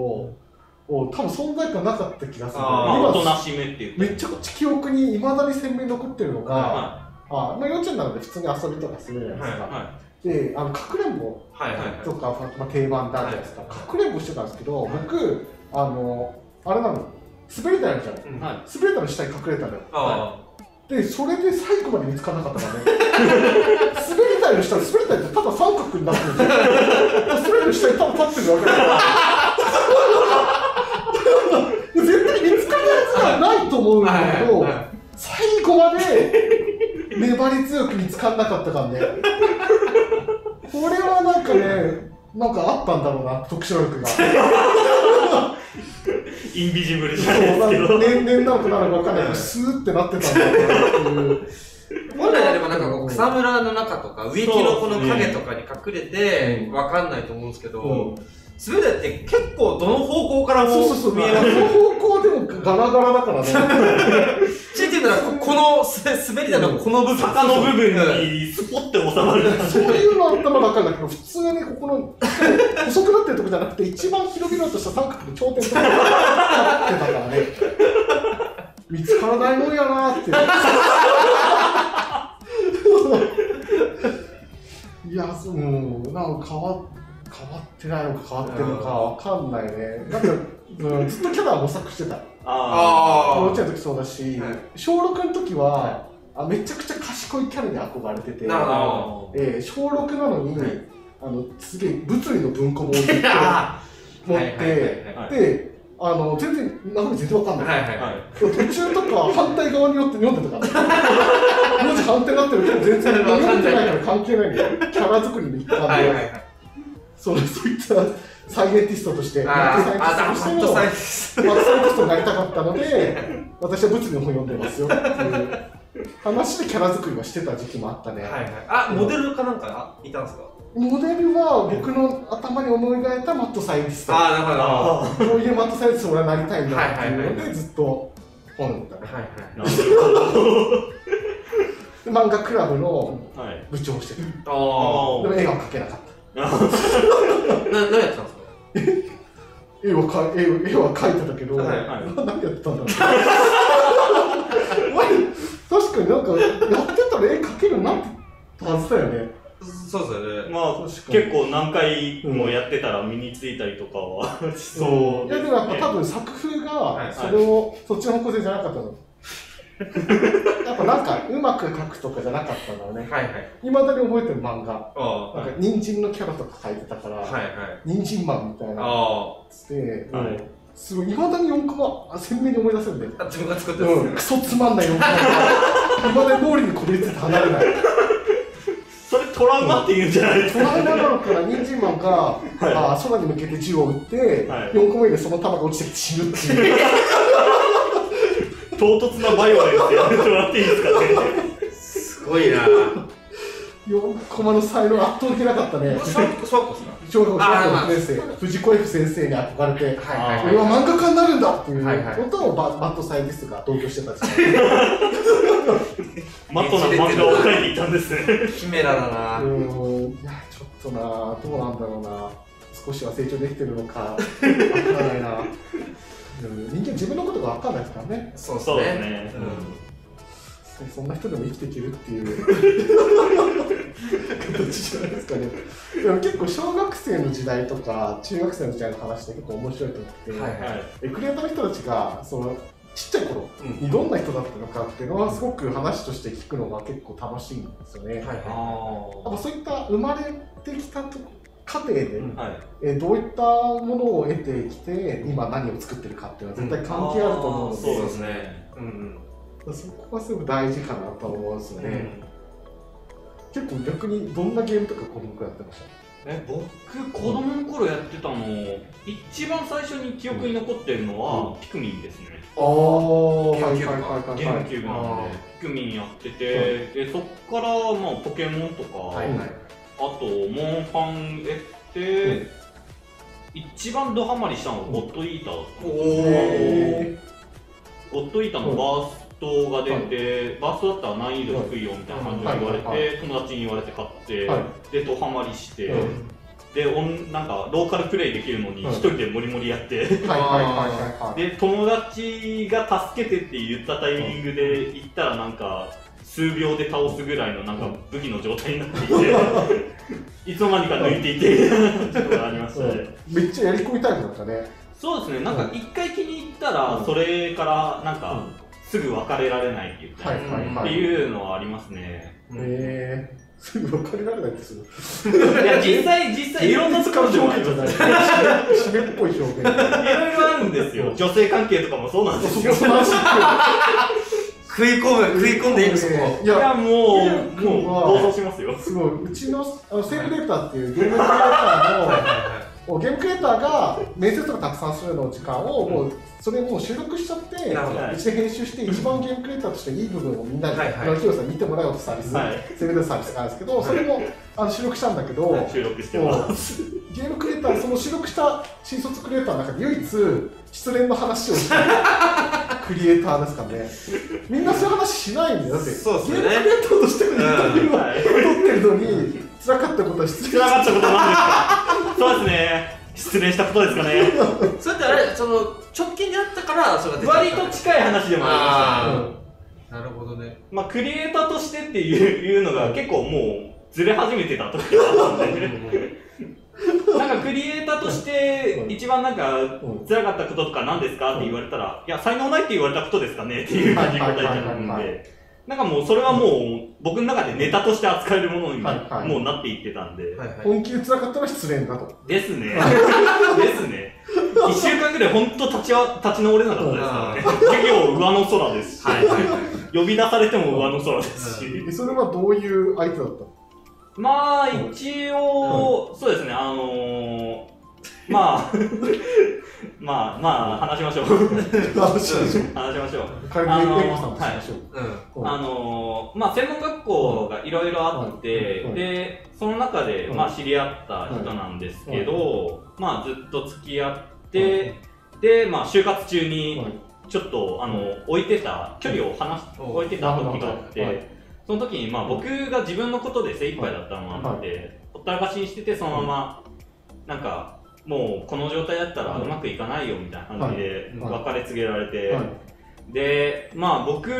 Speaker 3: お多分存在感なかった気がする
Speaker 2: ま
Speaker 1: あ
Speaker 2: あ
Speaker 3: 今
Speaker 2: おとなしめっていうか
Speaker 3: めっちゃ記憶に未だに鮮明に残ってるのが、
Speaker 2: は
Speaker 3: あまあ、幼稚園なので普通に遊びとかするじゃないですか、
Speaker 2: いは
Speaker 3: であのかくれんぼ
Speaker 1: はいはい
Speaker 3: とか、まあ、定番だじゃないですか、かくれんぼしてたんですけど、僕あのあれなの滑り台あるじゃん
Speaker 2: いはい
Speaker 3: 滑り台の下に隠れたのよ
Speaker 1: あ
Speaker 3: でそれで最後まで見つからなかったからね 滑り台の下に滑り台ってただ三角になってるんですよ滑り台の下にただ立ってるわけだから絶対見つかるやつではないと思うんだけど、
Speaker 1: はいはいはい
Speaker 3: 最後まで粘り強く見つからなかったからねこれはなんかねなんかあったんだろうな特殊能力が
Speaker 2: インビジブ ルじゃないですけ
Speaker 3: そう
Speaker 2: ど、
Speaker 3: 年々なのかなのか分かんないけどスーってなってたんだろうなっていう。
Speaker 1: あ本来であればなんかこう草むらの中とか植木のこの影とかに隠れて
Speaker 3: うん
Speaker 1: わかんないと思うんですけど、
Speaker 3: うん
Speaker 1: 滑り台って結構どの方向からも
Speaker 3: そうそうそう、
Speaker 1: 見
Speaker 3: まあ
Speaker 1: えま
Speaker 3: こ
Speaker 1: す
Speaker 3: の方向でもガラガラだから ね。
Speaker 1: 強いて言うならここのす滑り台のこの部分
Speaker 2: 坂の部分にスポッて収まる
Speaker 3: そういうの頭ばっかりだけど、普通にここの、細くなってるとこじゃなくて、一番広々とした三角の頂点とかになってたからね。見つからないもんやなーっていう。いや、そう、うん、なんか変わ変わってないのか変わってるのかわかんないね。なんか、うん、ずっとキャラは模索してた。
Speaker 2: あ
Speaker 1: あー
Speaker 3: 幼稚園の時そうだし、
Speaker 1: はい
Speaker 3: 小6の時は、あめちゃくちゃ賢いキャラに憧れてて、
Speaker 1: なるほど
Speaker 3: えー小6なのに、
Speaker 1: はい
Speaker 3: あのすげえ物理の文庫本をずっと持って、
Speaker 1: あーはいはいはい
Speaker 2: はい
Speaker 3: であの全然中身全然わかんない、
Speaker 1: はいはい
Speaker 2: ー
Speaker 1: は
Speaker 2: はいい
Speaker 3: 途中とか反対側によって読んでたから ね文字反対になってるけど全然読んでないから関係ないんだよキャラ作りの一環で、
Speaker 1: はいはいはい
Speaker 3: そのそういったサイエンティストとして
Speaker 1: あー
Speaker 3: マ
Speaker 1: あ
Speaker 3: ルチ
Speaker 1: ダ
Speaker 3: サイエンティス
Speaker 1: ッ
Speaker 3: トとして
Speaker 1: とサイズ
Speaker 3: のまあ、そういうことになりたかったので、私は物理の本読んでますよっていう話でキャラ作りはしてた時期もあったね。
Speaker 1: はいはいあモデルかなんかいたんですか
Speaker 3: モデルは僕の頭に思い描いたマットサイエンティスト。
Speaker 1: ああなるほどなるほど
Speaker 2: あ
Speaker 3: こういうマットサイエンティストに俺はなりたいんだっていう
Speaker 1: はいは
Speaker 3: の
Speaker 1: いは
Speaker 3: で、ずっと本読んだね。
Speaker 1: はい
Speaker 2: ーなるほ
Speaker 3: で漫画クラブの
Speaker 2: どはい
Speaker 3: 部長をしてた。
Speaker 1: は
Speaker 3: でも絵が描けなかった。
Speaker 1: いああな何やってたんですか
Speaker 3: 絵をか絵を絵は描いてたけど、
Speaker 1: はい
Speaker 2: はい
Speaker 3: 何やってたんだろう。 確かになんかやってたら絵描けるようになったはずだよね。
Speaker 1: そうですよね
Speaker 2: まあ
Speaker 3: 確かに
Speaker 2: 結構何回もやってたら身についたりとかはしそう
Speaker 3: いや
Speaker 2: です
Speaker 3: で
Speaker 2: ね
Speaker 3: もやっぱ多分作風
Speaker 1: は
Speaker 3: が
Speaker 1: い
Speaker 3: それをそっちの方向性じゃなかったのやっぱなんかうまく描くとかじゃなかったのね
Speaker 1: はいはい
Speaker 3: いまだに覚えてる漫画
Speaker 1: ああ
Speaker 3: な
Speaker 1: は
Speaker 3: ん
Speaker 1: い
Speaker 3: か人参のキャラとか描いてたから、
Speaker 1: はい
Speaker 3: 人参マンみたいなや
Speaker 1: あ
Speaker 3: つで、
Speaker 2: はい
Speaker 3: うんすごいいまだに4コマ鮮明に思い出せるんだよ
Speaker 1: あ自分が作ってるん
Speaker 3: う
Speaker 1: で
Speaker 3: ん、
Speaker 1: す
Speaker 3: クソつまんない4コマがいまだに脳裏にこびりついて離れない
Speaker 2: それトラウマって言うんじゃないです
Speaker 3: ト
Speaker 2: か
Speaker 3: ラウマなのから人参マンが、あー空に向けて銃を撃って、
Speaker 2: はい
Speaker 3: 4個目でその弾が落ちてきて死ぬっていう
Speaker 2: 唐突なバイオレンスやめてもらっていいですかね
Speaker 1: すごいな
Speaker 3: 4コマの才能圧倒的なかったね
Speaker 4: 小学校小学校っすか
Speaker 3: 小学校
Speaker 1: あー
Speaker 3: 小
Speaker 1: まあ
Speaker 3: 学校6年生藤子 F 先生に憧れて
Speaker 4: はいはい
Speaker 3: 俺は
Speaker 4: はい
Speaker 3: 漫画家になるんだっていう、
Speaker 4: はいはい
Speaker 3: 本当はババッドサイエンティストが同居してた時代
Speaker 2: マットな漫画を描いていたんですね。
Speaker 1: キメラだな
Speaker 3: うーんいやちょっとなどうなんだろうな少しは成長できてるのか分からないなでも人間自分のことが分からないですからね
Speaker 1: そうです
Speaker 2: そうです
Speaker 1: ね
Speaker 2: ね
Speaker 1: う。
Speaker 3: そんな人でも生きていけるっていう形じゃないですかね。でも結構小学生の時代とか中学生の時代の話って結構面白いと思ってて、
Speaker 1: はい
Speaker 2: はい。
Speaker 3: エクレーターの人たちがそのちっちゃい頃
Speaker 1: うん
Speaker 3: にどんな人だったのかっていうのはすごく話として聞くのが結構楽しいんですよね。
Speaker 1: んはい
Speaker 2: あ
Speaker 1: は
Speaker 3: やっぱそういった生まれてきたとこ過程で、
Speaker 1: うん
Speaker 2: あ。はい。
Speaker 3: えーどういったものを得てきて今何を作ってるかっていうのは絶対関係あると思うので、
Speaker 2: そう
Speaker 1: で
Speaker 2: ですす
Speaker 1: ね
Speaker 2: ね。
Speaker 1: いうん
Speaker 3: そこはすごく大事かなと思うんですよ
Speaker 1: う
Speaker 3: ね。
Speaker 1: ん
Speaker 3: 結構逆にどんなゲームとか子供くやってました
Speaker 1: え
Speaker 2: 僕子供の頃やってたの一番最初に記憶に残ってるのは、ピクミンですね
Speaker 1: ゲ
Speaker 3: ああ
Speaker 1: ームキューブ
Speaker 3: はい
Speaker 2: ゲームキューブなんでピクミンやっててでそっから、まあ、ポケモンとか、
Speaker 3: はいはい
Speaker 2: あとモンハンやって、一番ドハマりしたのがゴッドイーターだったんですよ
Speaker 3: へ
Speaker 2: ゴッドイーターのバーストが出て、バーストだったら難易度低いよみたいな感じで言われて、
Speaker 3: はいは
Speaker 2: 友達に言われて買って、
Speaker 3: ーはい
Speaker 2: でドハマりして、
Speaker 3: うん
Speaker 2: でオンなんかローカルプレイできるのに
Speaker 3: はい
Speaker 2: 一人でモリモリやって、
Speaker 3: はいはいはいはい
Speaker 2: で友達が助けてって言ったタイミングで行ったらなんか数秒で倒すぐらいのなんか武器の状態になってい ていつの間にか抜いていてちょっとがありましたね、
Speaker 3: うんめっちゃやり込みたいだったね
Speaker 2: そうですねなんか
Speaker 3: う
Speaker 2: 一回気に入ったら
Speaker 3: うん
Speaker 2: それからなん
Speaker 3: う
Speaker 2: か
Speaker 3: ん
Speaker 2: すぐ別れられないって言った
Speaker 3: はい
Speaker 2: り
Speaker 3: はい
Speaker 2: っ
Speaker 3: は
Speaker 2: て
Speaker 3: いへ
Speaker 2: いうのはありますね、
Speaker 3: えーすぐ別れられないですよ
Speaker 2: いや実際実際いろんなところでもあ
Speaker 3: 表
Speaker 2: り
Speaker 3: 現じゃ
Speaker 2: ま
Speaker 3: ない
Speaker 2: す
Speaker 3: 締め締めっぽい表現
Speaker 2: いろいろあるんですよ女性関係とかも そうなんですよ
Speaker 3: 素晴らしい
Speaker 1: 食い込む食い込んでいくそこ
Speaker 3: い
Speaker 2: いや
Speaker 3: や
Speaker 2: も
Speaker 3: いや
Speaker 2: う、もう暴走しますよ。
Speaker 3: すごいうちのあのセーフデータっていうゲームクリエイターの ゲームクリエイターが面接とかたくさんするの時間をもうそれもう収録しちゃって
Speaker 1: なるほど
Speaker 3: うちで編集して一番ゲームクリエイターとしていい部分をみんなに
Speaker 1: はいはい
Speaker 3: 清さんに見てもらおうとサービス
Speaker 2: は
Speaker 3: セブンデーサービスがあるんですけど
Speaker 1: い
Speaker 3: それもあの収録したんだけど
Speaker 2: い、収録してます。
Speaker 3: ゲームクリエイターその収録した新卒クリエイターの中で唯一失恋の話をしたクリエイターですからねみんなそういう話しないんだよだって
Speaker 1: そうですね
Speaker 3: ゲームクリエイターとしてのインタビューは
Speaker 2: はい。
Speaker 3: 撮ってるのに 辛かったことは失
Speaker 2: つ
Speaker 3: 恋
Speaker 2: ながったことなんですか。そうですね。失礼したことですかね。
Speaker 1: それってあれその直近であったからそれが出ちゃ
Speaker 2: 割
Speaker 1: った
Speaker 2: と近い話でもありまし
Speaker 1: あ
Speaker 2: たね。
Speaker 1: ーなるほどね
Speaker 2: まあ、クリエイターとしてっていういうのが結構もうずれ始めてた時があったんで、なんかクリエイターとして一番なんか
Speaker 3: うん
Speaker 2: 辛かったこととか何ですかって言われたら、いや、才能ないって言われたことですかねっていう感じで答えちゃうん
Speaker 3: はいはいはいは
Speaker 2: で。なんかもうそれはもう僕の中でネタとして扱えるものに
Speaker 3: はいはい
Speaker 2: もうなっていってたんで、
Speaker 1: はいはい
Speaker 3: 本気で辛かったら失恋だと
Speaker 2: ですね。ですね。一週間ぐらい本当立ちわ立ち直れなかったですからね。授業上の空ですし、
Speaker 1: はいはいはい
Speaker 2: 呼び出されても上の空ですし。
Speaker 3: えそれはどういう相手だった の
Speaker 2: まあ一応、そうですねあのー、まあ まあまあ話しましょう
Speaker 3: あそうでしょ
Speaker 2: 話しましょう
Speaker 3: 仮
Speaker 2: あの
Speaker 3: に
Speaker 2: ー
Speaker 3: エコさんとしましょう
Speaker 1: うん
Speaker 3: うん
Speaker 2: あのーまあ専門学校がいろいろあって、
Speaker 3: うんうん
Speaker 2: でその中で、
Speaker 3: うん
Speaker 2: まあ、知り合った人なんですけど、まあずっと付き合って、でまあ就活中に
Speaker 3: はい
Speaker 2: ちょっとあの置いてた距離を離し、
Speaker 1: うん
Speaker 2: 置いてた時があって、
Speaker 3: はい
Speaker 2: その時にまあ僕が自分のことで精一杯だったのもあって、ほったらかしにしててそのままなんかもうこの状態だったらうまくいかないよみたいな感じで
Speaker 3: はいはい
Speaker 2: 別れ告げられて、
Speaker 3: はい
Speaker 2: でまあ僕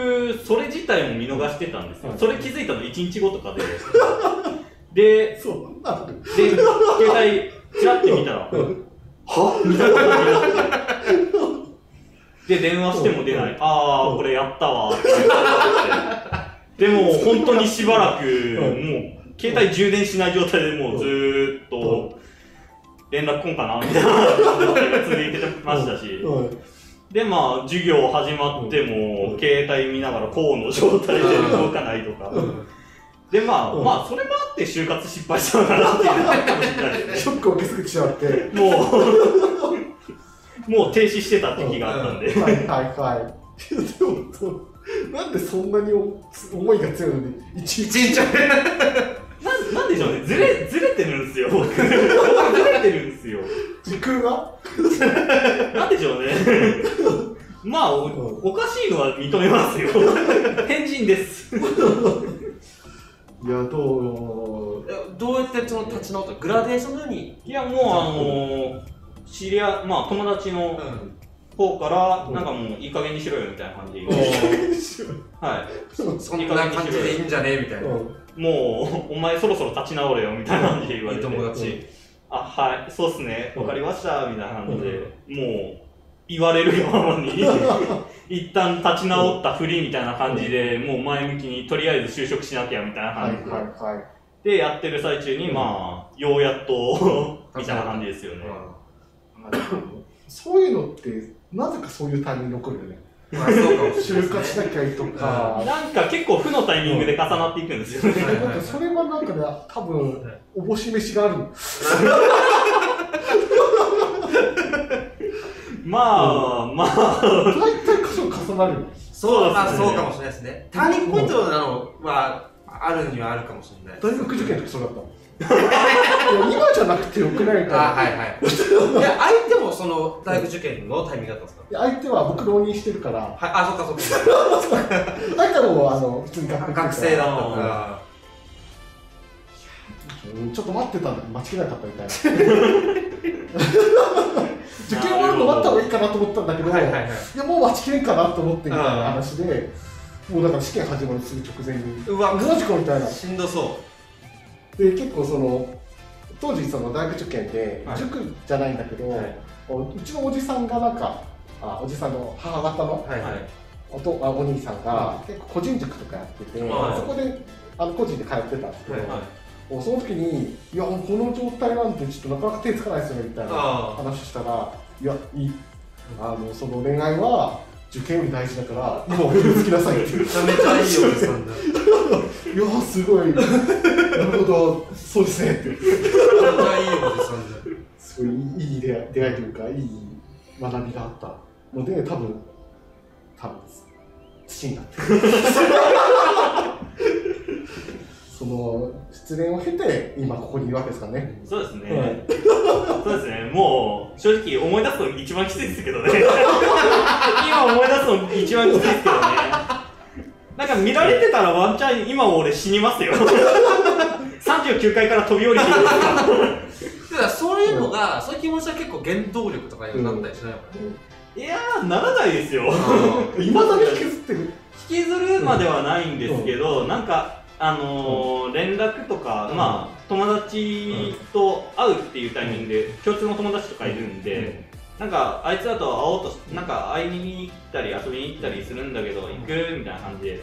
Speaker 2: それ自体も見逃してたんですよ、
Speaker 3: はい
Speaker 2: それ気づいたの1日後とかで で
Speaker 3: そうなんだ
Speaker 2: で携帯ちらって見たらはみたいな感じになって で電話しても出な
Speaker 3: う
Speaker 2: いああこれやったわ ってでも本当にしばらくもう携帯充電しない状態でもうずーっと連絡来んかなみたいな感じが続いてましたし
Speaker 3: はい
Speaker 2: でまあ授業始まって
Speaker 3: う
Speaker 2: も
Speaker 3: ん
Speaker 2: 携帯見ながらこうの状態で動かないとかでまあ
Speaker 3: うん
Speaker 2: まあそれもあって就活失敗したのかなっていうのかもしれないですね
Speaker 3: ショックを受けすぎちゃっては
Speaker 2: もう、もう停止してた時期があったん
Speaker 3: い
Speaker 2: で、
Speaker 3: はいはいいやでもそうなんでそんなにお思いが強いのに一
Speaker 1: 一日
Speaker 2: でしょうね。ずれ、ずれてるんですよ、僕。僕ずれてるんですよ。
Speaker 3: 時空が
Speaker 2: なんでしょうね。まあお、おかしいのは認めますよ。変人です。
Speaker 3: いや、 どう
Speaker 1: えどうやってその立ち直ったグラデーションのように
Speaker 2: いや、もうあの知り合い、まあ友達の
Speaker 1: うん
Speaker 2: 方から、なんかもういい加減にしろよみたいな感じで。は
Speaker 1: そんな感じでいいんじゃねえみたいな
Speaker 2: はい。もう、お前そろそろ立ち直れよみたいな感じで言わ
Speaker 1: い
Speaker 2: れ
Speaker 1: い
Speaker 2: て。
Speaker 1: 友達
Speaker 2: あ、はい、そうっすね、わかりました、みたいな感じで、もう、言われるがままに、 一旦立ち直ったふりみたいな感じで、もう前向きに、とりあえず就職しなきゃ、みたいな
Speaker 3: はい
Speaker 2: 感じ
Speaker 3: はいはい。
Speaker 2: で、やってる最中に、まあ、ようやっと、
Speaker 1: うん
Speaker 2: みたいな感じですよね。
Speaker 3: そういうのって、なぜかそういうタイミングに起こるよね。
Speaker 1: まあそうかもしれ
Speaker 3: 就
Speaker 1: ない
Speaker 3: 活
Speaker 1: です
Speaker 3: し
Speaker 1: ね
Speaker 3: なきゃいいとか。
Speaker 2: なんか結構負のタイミングで重なっていくんですよね。
Speaker 3: なんかそれはなんかね、多分おぼし飯がある。
Speaker 2: まあ、まあ、
Speaker 3: 大体箇所重なるよね。
Speaker 1: そう
Speaker 2: そ
Speaker 1: ま
Speaker 2: うで
Speaker 1: あ
Speaker 2: すね
Speaker 1: そうかもしれないですねターニングポイントなのはあるにはあるかもしれない
Speaker 3: 大学受験の時そうだった の。いや今じゃなくてよくない
Speaker 1: あ
Speaker 3: か。
Speaker 1: はいはいいや相手もその大学受験のタイミングだったんですから
Speaker 3: 相手は僕浪人してるから、
Speaker 1: はいあそっかそっ
Speaker 3: 相手はもうあの普通に学校行
Speaker 1: か
Speaker 3: って
Speaker 1: 学生
Speaker 3: るから
Speaker 1: だったから
Speaker 3: うんちょっと待ってたんだけど、間違えなかったみたいな。受験終わるの待った方がいいかなと思ったんだけど、
Speaker 1: はいはいいはい
Speaker 3: やもう待ちきれんかなと思ってみたいな話で、もうだから試験始まるすぐ直前に、
Speaker 1: うわ
Speaker 3: マジかみたいな。
Speaker 1: しんどそ
Speaker 3: で結構その当時その大学受験で、
Speaker 1: はい
Speaker 3: 塾じゃないんだけど、
Speaker 1: うはいう
Speaker 3: ちのおじさんがなんかあおじさんの母方の
Speaker 1: はいはい
Speaker 3: おとあお兄さんが、結構個人塾とかやってて、
Speaker 1: はい
Speaker 3: そこであの個人で通ってたんですけど、
Speaker 1: はい
Speaker 3: もうその時に「いやもうこの状態なんてちょっとなかなか手つかないですよね」みたいな
Speaker 1: あ
Speaker 3: 話したら「いやいいあのその恋愛は受験より大事だから今俺につきなさい」って
Speaker 1: あめちゃめちゃいいおじさんだめち
Speaker 3: いやすごいなるほどそうですね」って。
Speaker 1: ゃめちゃいいおじさんだ
Speaker 3: すごいいい出会い出会いというかいい学びがあったので多分多分土になってるその失恋を経て今ここにいるわけですからね
Speaker 2: そうですね。
Speaker 3: は
Speaker 2: そうですね。もう、正直思い出すの一番きついですけ どね。今思い出すの一番きついですけどね。なんか見られてたらワンチャン今俺死にますよ。39階から飛び降りてるんですよ
Speaker 1: だからそういうのが、そういう気持ちは結構原動力とかになったりしないのか
Speaker 2: いやー、ならないですよ。
Speaker 1: な。
Speaker 3: いまだに引きずってる
Speaker 2: 引きずるまではないんですけど、なんか、あのー連絡とか、
Speaker 1: うん
Speaker 2: まあ、友達と会うっていうタイミングで、共通の友達とかいるんで、なんかあいつだと会おうとしなんか会いに行ったり遊びに行ったりするんだけど行くみたいな感じで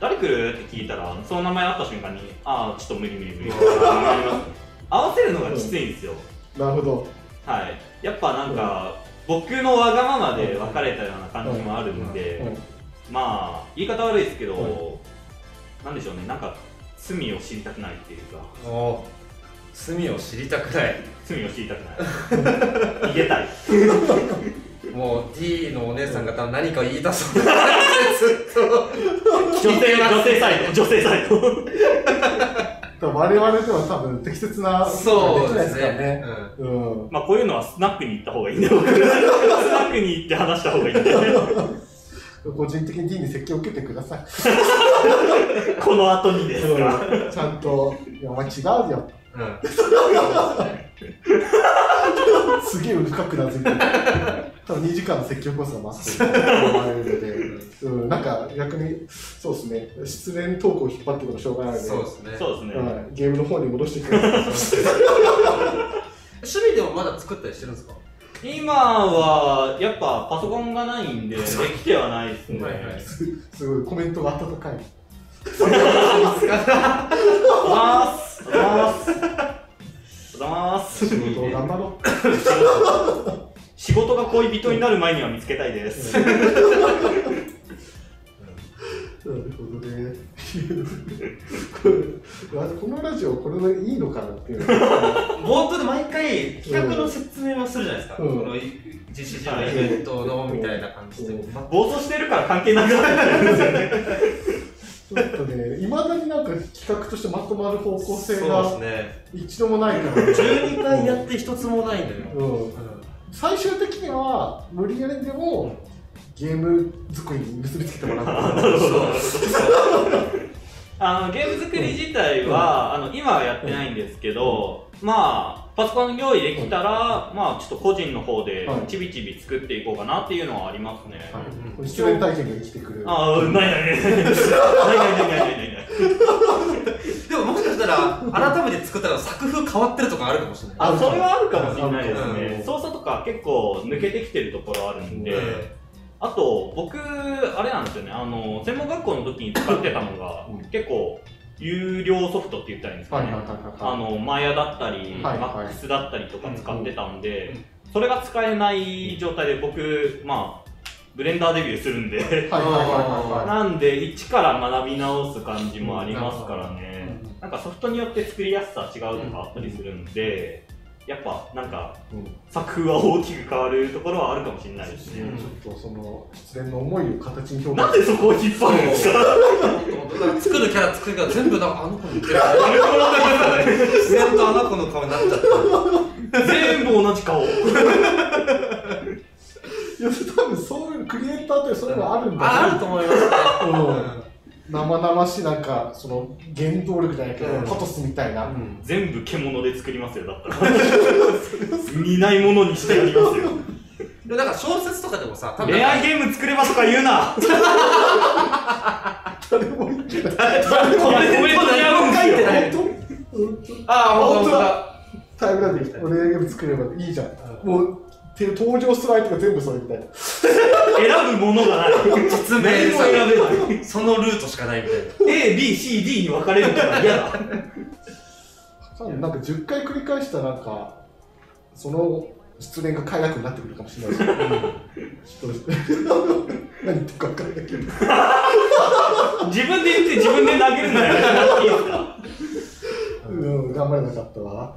Speaker 2: 誰来るって聞いたらその名前あった瞬間にああちょっと無理無理無理合わせるのがきついんですよ
Speaker 3: なるほど
Speaker 2: はいやっぱなんか僕のわがままで別れたような感じもあるん
Speaker 3: う
Speaker 2: で
Speaker 3: ん
Speaker 2: まあ言い方悪いですけ
Speaker 3: う
Speaker 2: どなんでしょうねなんか罪を知りたくないっていうか
Speaker 1: もう、罪を知りたくない。
Speaker 2: 罪を知りたく ない逃げたい
Speaker 1: もう D のお姉さんが多分何か言いたそうな感じでずっと。
Speaker 2: 女性女性サイド女性サイド
Speaker 3: 多分我々では多分適切なこと
Speaker 1: そう
Speaker 3: が
Speaker 1: で
Speaker 3: できないです
Speaker 1: す
Speaker 3: から
Speaker 1: ね
Speaker 3: ね。うん
Speaker 2: まあこういうのはスナックに行った方がいいんだよ、僕スナックに行って話した方がいいんだよ、
Speaker 3: 個人的に D に説教を受けてください。
Speaker 2: この後にですが。
Speaker 3: ちゃんと、いや、お前違うよ。
Speaker 1: うん。うん。
Speaker 3: すげえ深くな ずいてる。多分2時間の説教コースが待ってるので、うん、なんか逆に、そうですね、失恋トークを引っ張っていくのがしょうがないので、
Speaker 1: そうですね。
Speaker 2: そうですね。
Speaker 3: はい、ゲームの方に戻してくだ さい。
Speaker 1: 趣味でもまだ作ったりしてるんですか
Speaker 2: 今は、やっぱパソコンがないんで、できてはないですね。
Speaker 1: はいはい
Speaker 3: すごい、コメントが温かい。
Speaker 2: まーす。まーす。まーす。
Speaker 3: 仕事を頑張ろう。
Speaker 2: 仕事が恋人になる前には見つけたい です。
Speaker 3: なるほどね。これあこのラジオ、これでいいのかなっていう。
Speaker 1: 冒頭で毎回企画の説明をするじゃないですか。
Speaker 3: うん
Speaker 1: この実施時のイベントのみたいな感じで。
Speaker 3: うん
Speaker 2: 暴走してるから関係なくなっちゃうんですよね。
Speaker 3: ちょっとね、いまだになんか企画としてまとまる方向性
Speaker 1: そ
Speaker 3: が
Speaker 1: うで
Speaker 3: 一度もないから、
Speaker 1: すね12回やって一つもないんだよ
Speaker 3: うん、最終的には無理やりでもゲーム作りに結びつけてもらう
Speaker 2: なるほど。あのゲーム作り自体は、あの今はやってないんですけど、まあパソコン用意できたら、まあちょっと個人の方で
Speaker 3: はい
Speaker 2: ちびちび作っていこうかなっていうのはありますね。
Speaker 3: はい失恋体験が生きてくる
Speaker 2: ああ、ないないないないないないないないないない。
Speaker 1: でももしかしたら改めて作ったら作風変わってるとかあるかもしれない
Speaker 2: あ、それはあるかもしれないで
Speaker 1: ある
Speaker 2: すね。操作とか結構抜けてきてるところあるんで、
Speaker 1: うん
Speaker 2: あと僕あれなんですよね。あの専門学校の時に使ってたのが、
Speaker 3: うん
Speaker 2: 結構有料ソフトって言ったらいいんですか
Speaker 3: はい
Speaker 2: ね。
Speaker 3: はいはいはい
Speaker 2: あのマヤだったり、
Speaker 3: はい
Speaker 2: マックスだったりとか使ってたんで、
Speaker 1: うんうん
Speaker 2: それが使えない状態で僕まあブレンダーデビューするん で
Speaker 3: はいはいはいは
Speaker 2: なんで一から学び直す感じもありますからね、
Speaker 3: うん
Speaker 2: なんかソフトによって作りやすさ違うとかあったりするんで、やっぱなんか
Speaker 3: い、うん
Speaker 2: 作風は大きく変わるところはあるかもしれないですね、
Speaker 3: ちょっとその失恋の思いを形に表
Speaker 2: なん
Speaker 3: 現
Speaker 2: でそこを引っ張るんです か
Speaker 1: だから作るキャラ作るキャラ全部なんかあの子に似てるから自然とあの子の顔になっちゃった
Speaker 2: 全部同じ顔
Speaker 3: いや多分そういうクリエイターってそういうのあるんだ
Speaker 1: ああると思いますね
Speaker 3: うん生々しいなんかその原動力じゃないけど、
Speaker 1: うん
Speaker 3: パトスみたいな、
Speaker 1: うん
Speaker 2: 全部獣で作りますよだった ら見ないものにしてやりますよ
Speaker 1: でもなんか小説とかでもさ多分
Speaker 2: 恋愛ゲーム作ればとか言うな
Speaker 3: 誰も言ってない
Speaker 2: いやコメントに合うんですよ
Speaker 1: 書いてない
Speaker 3: 本当本当
Speaker 1: ああ本当だ
Speaker 3: タイムラグで俺がゲーム作ればいいじゃん、もうて登場する相手が全部それみたいな
Speaker 2: 選ぶものがない
Speaker 1: 実
Speaker 2: 何
Speaker 1: 名
Speaker 2: も選べない
Speaker 1: べないそのルートしかないみたいな
Speaker 2: ABCD に分かれるから嫌だ
Speaker 3: 多分なんか10回繰り返したらなんかその失恋が快楽になってくるかもしれないしちょっと何言ってるか分かんないけど
Speaker 2: 自分で言って自分で投げるのや
Speaker 3: うん頑張れなかったわ、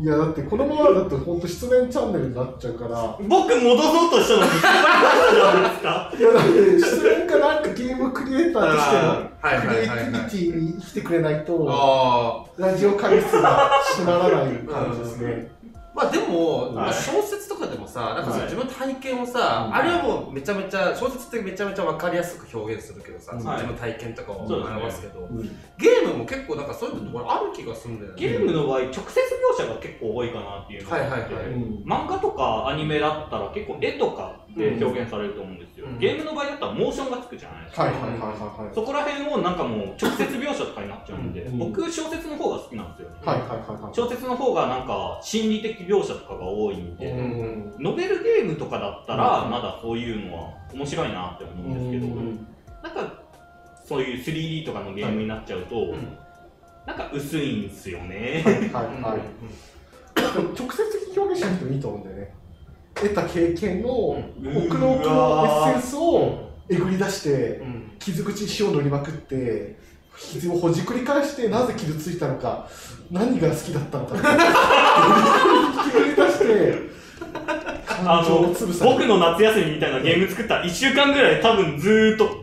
Speaker 3: いやだってこのままだと本当失恋チャンネルになっちゃうから
Speaker 2: め僕戻そうとしたのに引っ張り出したじゃないですか
Speaker 3: いやだって失恋かなんかゲームクリエイターとしての
Speaker 1: あーはい
Speaker 3: ク
Speaker 1: は
Speaker 3: リエ
Speaker 1: い
Speaker 3: イテ
Speaker 1: はいはい
Speaker 3: ィビティに生きてくれないと
Speaker 1: あ
Speaker 3: ラジオ会室が閉まらない感じですね。
Speaker 1: あまあでも、
Speaker 2: い
Speaker 1: まあ小説とかでもさなんかその
Speaker 2: はい
Speaker 1: 自分の体験をさ、
Speaker 3: うん
Speaker 1: あれはもうめちゃめちゃ小説ってめちゃめちゃ分かりやすく表現するけどさ、
Speaker 3: うん
Speaker 1: その自分の体験とかを
Speaker 2: そうですね
Speaker 1: 表すけど
Speaker 3: うん
Speaker 1: ゲームも結構なんかそういうところある気がするんだよね
Speaker 2: ゲームの場合直接描写が結構多いかなっていうのがあって
Speaker 1: はいはいはい
Speaker 3: うん
Speaker 2: 漫画とかアニメだったら結構絵とかで表現されると思うんですよ、
Speaker 1: うん
Speaker 2: ゲームの場合だったらモーションがつくじゃないですか、
Speaker 3: はいはいはいはい
Speaker 2: そこら辺をなんかもう直接描写とかになっちゃうんで、
Speaker 3: うん
Speaker 2: 僕小説の方が好きなんですよ、ね
Speaker 3: はいはいはいはい
Speaker 2: 小説の方がなんか心理的描写とかが多いんで、
Speaker 3: うん
Speaker 2: ノベルゲームとかだった
Speaker 1: う
Speaker 2: ら
Speaker 1: ん
Speaker 2: まだそういうのは面白いなって思うんですけど、なんかそういう 3D とかのゲームになっちゃうと、
Speaker 1: ん
Speaker 2: なんか薄いんすよ ね、
Speaker 3: はいはいはいでも直接的に表現しなくてもいいと思うんだよね得た経験の奥の奥のエッセンスをえぐり出して
Speaker 1: うん
Speaker 3: 傷口に塩塗りまくって傷をほじくり返してなぜ傷ついたのか何が好きだったのかひっくり返して
Speaker 2: あ
Speaker 3: 感情
Speaker 2: の
Speaker 3: を潰され
Speaker 2: 僕
Speaker 3: る
Speaker 2: の夏休みみたいなゲーム作ったら1週間ぐらい多分ずーっと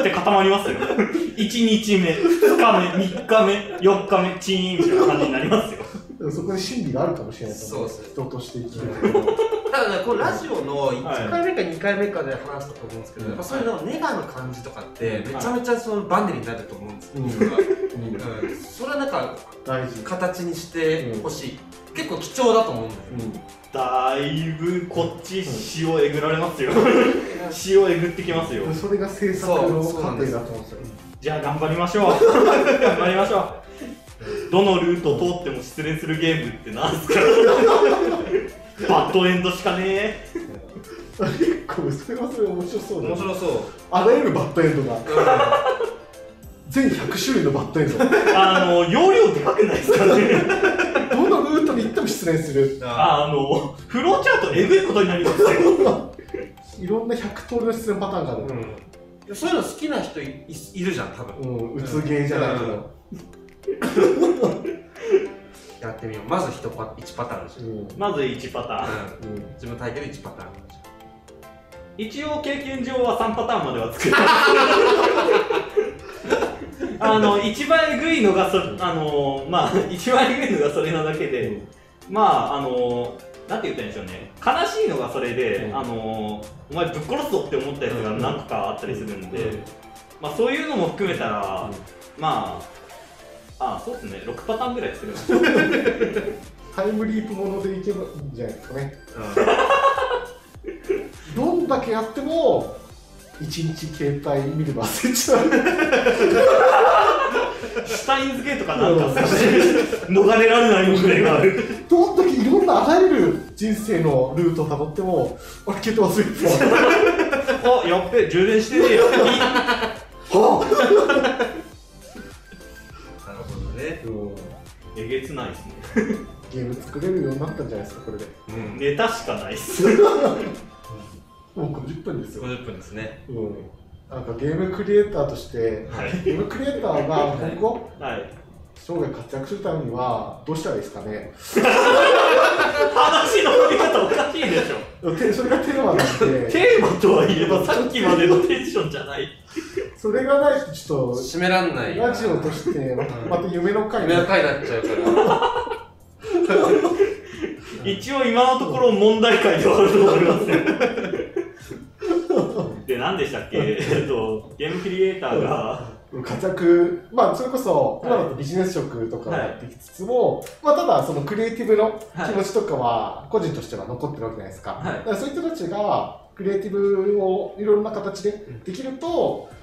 Speaker 2: って固まりますよ1日目2日目3日目4日目チーンみたいな感じになりますよ
Speaker 3: そこに真理があるかもしれないと思う
Speaker 1: そうそう
Speaker 3: 人として生きてる
Speaker 1: ただね、このラジオの1回目か2回目かで話したと思うんですけど、やっぱそういうのネガの感じとかってめちゃめちゃそのバネになると思うんですよ、
Speaker 3: うん
Speaker 1: 僕は
Speaker 3: うん
Speaker 1: うんそれはなんか
Speaker 3: 大事
Speaker 1: 形にしてほしい、結構貴重だと思うんだよ
Speaker 3: うん
Speaker 2: だいぶこっち塩えぐられますよ塩えぐってきますよ
Speaker 3: それが制作の過程だと思うんですよ。
Speaker 2: じゃあ頑張りましょう頑張りましょうどのルート通っても失恋するゲームってなんすかバッドエンドしかねえ
Speaker 3: 結構それはそれ面白そうだ
Speaker 1: 面
Speaker 3: よ。
Speaker 1: 白そう、
Speaker 3: あらゆるバッドエンドが、全100種類のバッドエン ド。
Speaker 2: あの容量でかくないですかね
Speaker 3: どのルートに行っても失恋する。
Speaker 1: あ
Speaker 2: あの、フローチャートえぐいことになりますよ。
Speaker 3: いろんな100通りの失恋パターンがある。
Speaker 1: うん、そういうの好きな人いいいるじゃん多分、
Speaker 3: うん、うつゲーじゃないけど。
Speaker 1: やってみようまず1パ一パターンあるじゃ、
Speaker 3: うんん。うん。
Speaker 2: まず1パターン。
Speaker 3: うん
Speaker 1: 自分の体験で1パターンあるじゃ
Speaker 2: 一応経験上は3パターンまでは作る。 あの一番えぐいのがそあのまあ一番えぐいのがそれなだけで、まああのなんて言ったらいいんでしょうね悲しいのがそれで、
Speaker 3: うん
Speaker 2: あのお前ぶっ殺すぞって思ったやつが何個かあったりするんで、まあそういうのも含めたら、まああそうですね6パターンぐらいする
Speaker 3: タイムリープものでいけばいいんじゃないですかね
Speaker 1: う
Speaker 3: どんだけやっても1日携帯見るの忘れちゃう
Speaker 2: シュタインズゲートかなんか少し逃れられないもんぐらいがあ る
Speaker 3: どんだけいろんなあらゆる人生のルートをたどっても、あれ、携帯忘れ てた。
Speaker 2: あやっべ充電してね えよ
Speaker 3: は
Speaker 1: んなるほどね。
Speaker 3: うん
Speaker 2: えげつないですね
Speaker 3: ゲーム作れるようになったんじゃないですか、これで。
Speaker 1: うん。
Speaker 2: ネタしかないっす
Speaker 3: もう50分ですよ。
Speaker 1: 50分ですね。
Speaker 3: うん。なんかゲームクリエイターとして、
Speaker 2: はい
Speaker 3: ゲームクリエイターが今後、
Speaker 2: はい
Speaker 3: 生涯活躍するためには、どうしたらいいですかね。
Speaker 2: 話の振り方おかしいでしょ
Speaker 3: てそれがテーマなん で、
Speaker 2: テーマとはいえばさっきまでのテンションじゃない
Speaker 3: それがないと、ちょっ
Speaker 1: 締めらんな
Speaker 3: と、
Speaker 1: い。
Speaker 3: ラジオとして、また夢の会
Speaker 1: 夢の回になっちゃうから。
Speaker 2: 一応今のところ問題解ではあると思いますよで何でしたっけえっとゲームクリエイターが
Speaker 3: 活躍、まあ、それこそ、今だとビジネス職とかをやってきつつも、まあ、ただ、そのクリエイティブの気持ちとかは、個人としては残ってるわけじゃないですか。
Speaker 2: はい
Speaker 3: だからそういった人たちが、クリエイティブをいろんな形でできると、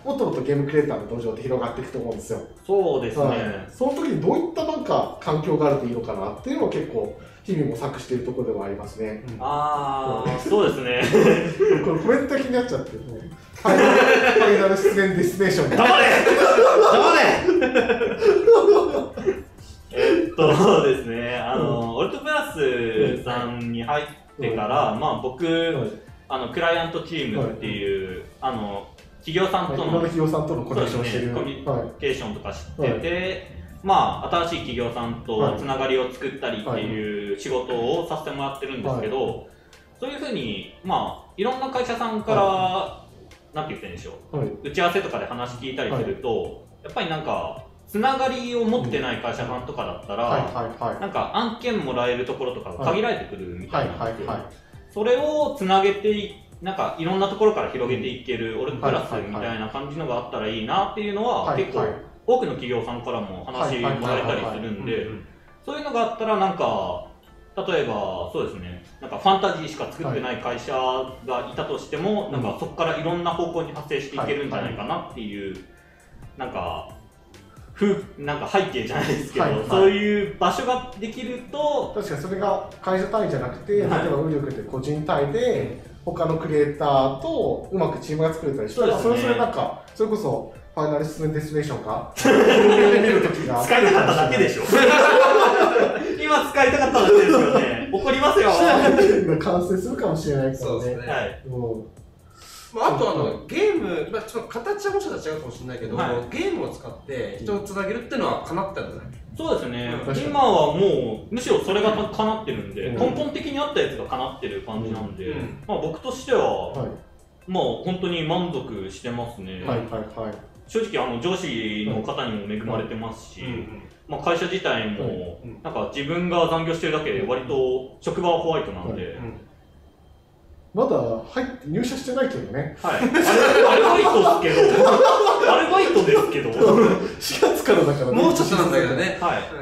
Speaker 3: もっともっとゲームクリエイターの土壌って広がっていくと思うんですよ。
Speaker 2: そうですね、
Speaker 3: はい、その時にどういったなんか環境があるといいのかなっていうのを結構、日々模索しているところではありますね。
Speaker 2: ああそうですね
Speaker 3: これコメント気になっちゃってるね。ファイナルファイナル出演ディスティネーションが。
Speaker 2: 黙れ黙れえっとそうですねあの、オルトプラスさんに入ってから、まあ僕、あのクライアントチームっていう、あの企業さんと
Speaker 3: 今
Speaker 2: の
Speaker 3: 田
Speaker 2: コミ
Speaker 3: ひよさんとのコネクションしてる。
Speaker 2: そうですねコミ
Speaker 3: は
Speaker 2: ュ
Speaker 3: い
Speaker 2: ニケーションとか知ってて、まあ新しい企業さんとつながりを作ったりっていう仕事をさせてもらってるんですけど、そういうふうにまあいろんな会社さんから、なんて言ってるんでしょう
Speaker 3: はい、
Speaker 2: 打ち合わせとかで話聞いたりすると、やっぱりなんかつながりを持ってない会社さんとかだったら、
Speaker 3: はいはいは
Speaker 2: なんか案件もらえるところとかが限られてくるみ
Speaker 3: い。
Speaker 2: た
Speaker 3: はいい
Speaker 2: なん
Speaker 3: は
Speaker 2: です
Speaker 3: い
Speaker 2: よ
Speaker 3: は
Speaker 2: それをつなげていなんかいろんなところから広げていける、俺プラス
Speaker 3: はいはいはい
Speaker 2: みたいな感じのがあったらいいなっていうの
Speaker 3: い。
Speaker 2: は、
Speaker 3: はい
Speaker 2: 結構多くの企業さんからも話もらえたりするんでそういうのがあったらなんか例えばそうですねなんかファンタジーしか作ってない会社がいたとしても、
Speaker 3: い
Speaker 2: なんかそこからいろんな方向に派生していけるんじゃないかなっていう、なんか風なんか背景じゃないですけど、
Speaker 3: はいはい
Speaker 2: そういう場所ができると
Speaker 3: 確かにそれが会社単位じゃなくて、例え
Speaker 2: は
Speaker 3: ば
Speaker 2: い
Speaker 3: 運力で個人単位で、他のクリエイターとうまくチームが作れたりしたら、そ
Speaker 2: そう
Speaker 3: れ
Speaker 2: ですね
Speaker 3: それなんか、それこそ、ファイナル出演ディスティネーションか、それを見るときが。
Speaker 2: 使いたかっただけで しょ今使いたかっただけですよね怒りますよは
Speaker 3: 完成するかもしれないから
Speaker 1: そうで
Speaker 3: ね
Speaker 1: す。ね。
Speaker 2: い
Speaker 3: うん
Speaker 1: まあ、あとあのゲーム、まあ、ちょっと形はもしかしたら違うかもしれないけど、
Speaker 2: はい
Speaker 1: ゲームを使って人をつなげるっていうのはかなったんじゃない
Speaker 2: そうですね
Speaker 3: 確かに
Speaker 2: 今はもうむしろそれがかなってるんで、
Speaker 3: うん
Speaker 2: 根本的にあったやつがかなってる感じなんで、
Speaker 1: うん
Speaker 2: まあ、僕としては、
Speaker 3: はい
Speaker 2: まあ本当に満足してますね、
Speaker 3: はいはいはい。
Speaker 2: 正直あの上司の方にも恵まれてますし、まあ、会社自体も、
Speaker 1: うんうん
Speaker 2: なんか自分が残業してるだけで割と職場はホワイトなんで、
Speaker 3: まだ入って入社してないけどね、
Speaker 2: はい、アルバイトですけどアルバイトです けど、は
Speaker 3: 4月からだから
Speaker 1: もうちょっとなんだけど。ね。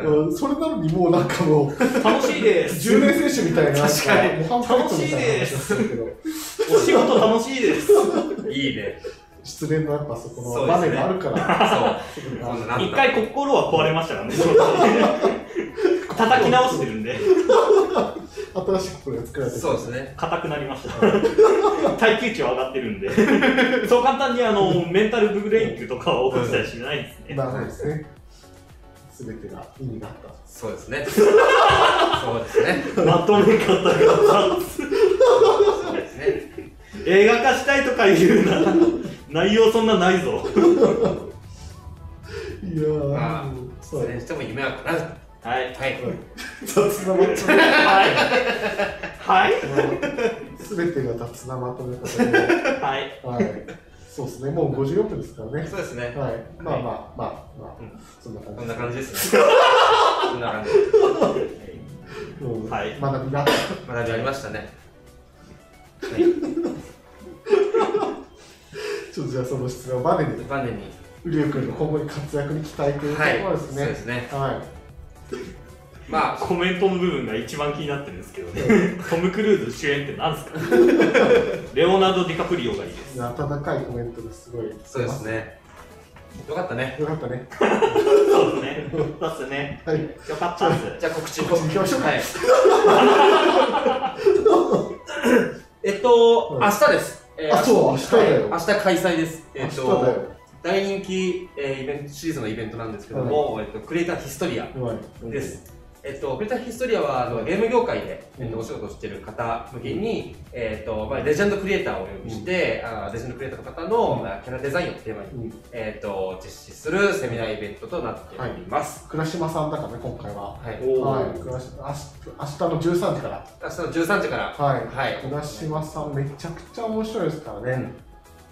Speaker 1: うん
Speaker 3: うんそれなのにもうなんかもう、
Speaker 2: い、楽しいです
Speaker 3: 10年選手みたいな、
Speaker 1: 確か
Speaker 3: に、模範解答みたいな話をするけど、
Speaker 2: お仕事楽しいです
Speaker 1: いいね。
Speaker 3: 失恋のやっぱそ
Speaker 1: そ
Speaker 3: この
Speaker 1: うです
Speaker 3: バ
Speaker 1: ね
Speaker 3: ネがあるから、
Speaker 1: そう。
Speaker 3: そこに
Speaker 1: こんな
Speaker 3: あ
Speaker 1: なん
Speaker 2: 一
Speaker 1: だ
Speaker 2: 回心は壊れましたからね正直叩き直してるんで
Speaker 3: 新しくこれが作られてる
Speaker 1: そうですね。
Speaker 2: 硬くなりました耐久値は上がってるんでそう簡単にあのメンタルブレイクとかを起こしたりしないですね、
Speaker 3: なるほどですね。すべてが意味があった。
Speaker 1: そうですね。そうですね。
Speaker 2: まとめ方が
Speaker 1: そうですね。
Speaker 2: 映画化したいとか言うな内容そんなないぞ
Speaker 3: いやー、
Speaker 1: まあそ
Speaker 3: そ
Speaker 1: うれに
Speaker 3: ね。
Speaker 1: しても夢は叶う。
Speaker 2: はい
Speaker 1: はい。
Speaker 3: 雑なまとめ
Speaker 2: はいはい
Speaker 3: すべてが雑なまとめ方で、
Speaker 2: はい
Speaker 3: はい。すそうですね、もう54分ですからね。
Speaker 1: そうですね。
Speaker 3: はい、まあまあまあまあ、
Speaker 1: うん
Speaker 3: そんな感
Speaker 1: こ
Speaker 3: じ
Speaker 1: ん
Speaker 3: で
Speaker 1: な
Speaker 3: す。
Speaker 1: 感じですね。こんな感じ。
Speaker 3: うん
Speaker 2: はい
Speaker 3: 学びが。
Speaker 1: 学びありましたね。
Speaker 3: ちょっとじゃあその質問をバネに、
Speaker 1: バネに。
Speaker 3: ウリュウ君の今後に活躍に期待というとこ
Speaker 1: はい。
Speaker 3: ろで
Speaker 1: そう
Speaker 3: すね。
Speaker 1: ですね。
Speaker 3: はい
Speaker 1: まあ、
Speaker 2: コメントの部分が一番気になってるんですけど ねトム・クルーズ主演って何 ですかレオナルド・ディカプリオがいいです
Speaker 3: 温かいコメントですごい。
Speaker 1: そうですね。よかったね。
Speaker 3: よかったね。
Speaker 2: そうですねそうですね
Speaker 3: はい。
Speaker 2: よかったです
Speaker 1: じゃあ告知
Speaker 3: 告知行きましょ うか
Speaker 1: はい、えっと、
Speaker 3: うん
Speaker 1: 明日です。えー
Speaker 3: あそう明日だよ
Speaker 1: はい明日開催です。え
Speaker 3: 明
Speaker 1: っ
Speaker 3: 日だ
Speaker 1: と、
Speaker 3: よ。
Speaker 1: 大人気、えーイベントシリーズンのイベントなんですけども、えっと、クリエイターヒストリア
Speaker 3: うまい。
Speaker 1: です。えっと、クリエイターヒストリアはあのゲーム業界で、えっ
Speaker 3: う
Speaker 1: と、
Speaker 3: ん
Speaker 1: お仕事をしている方向けに、えっとまあ、レジェンドクリエイターをお呼びして、あーレジェンドクリエイターの方の、まあキャラデザインをテーマに、
Speaker 3: うん。
Speaker 1: えっと実施するセミナーイベントとなっております。
Speaker 3: 倉島さんだからね、今回は。
Speaker 1: はい、
Speaker 2: おお、
Speaker 3: はい。倉島明日明日の13時から。
Speaker 1: 明日の13時から
Speaker 3: はい。
Speaker 1: はい
Speaker 3: 倉島さん、めちゃくちゃ面白いですからね。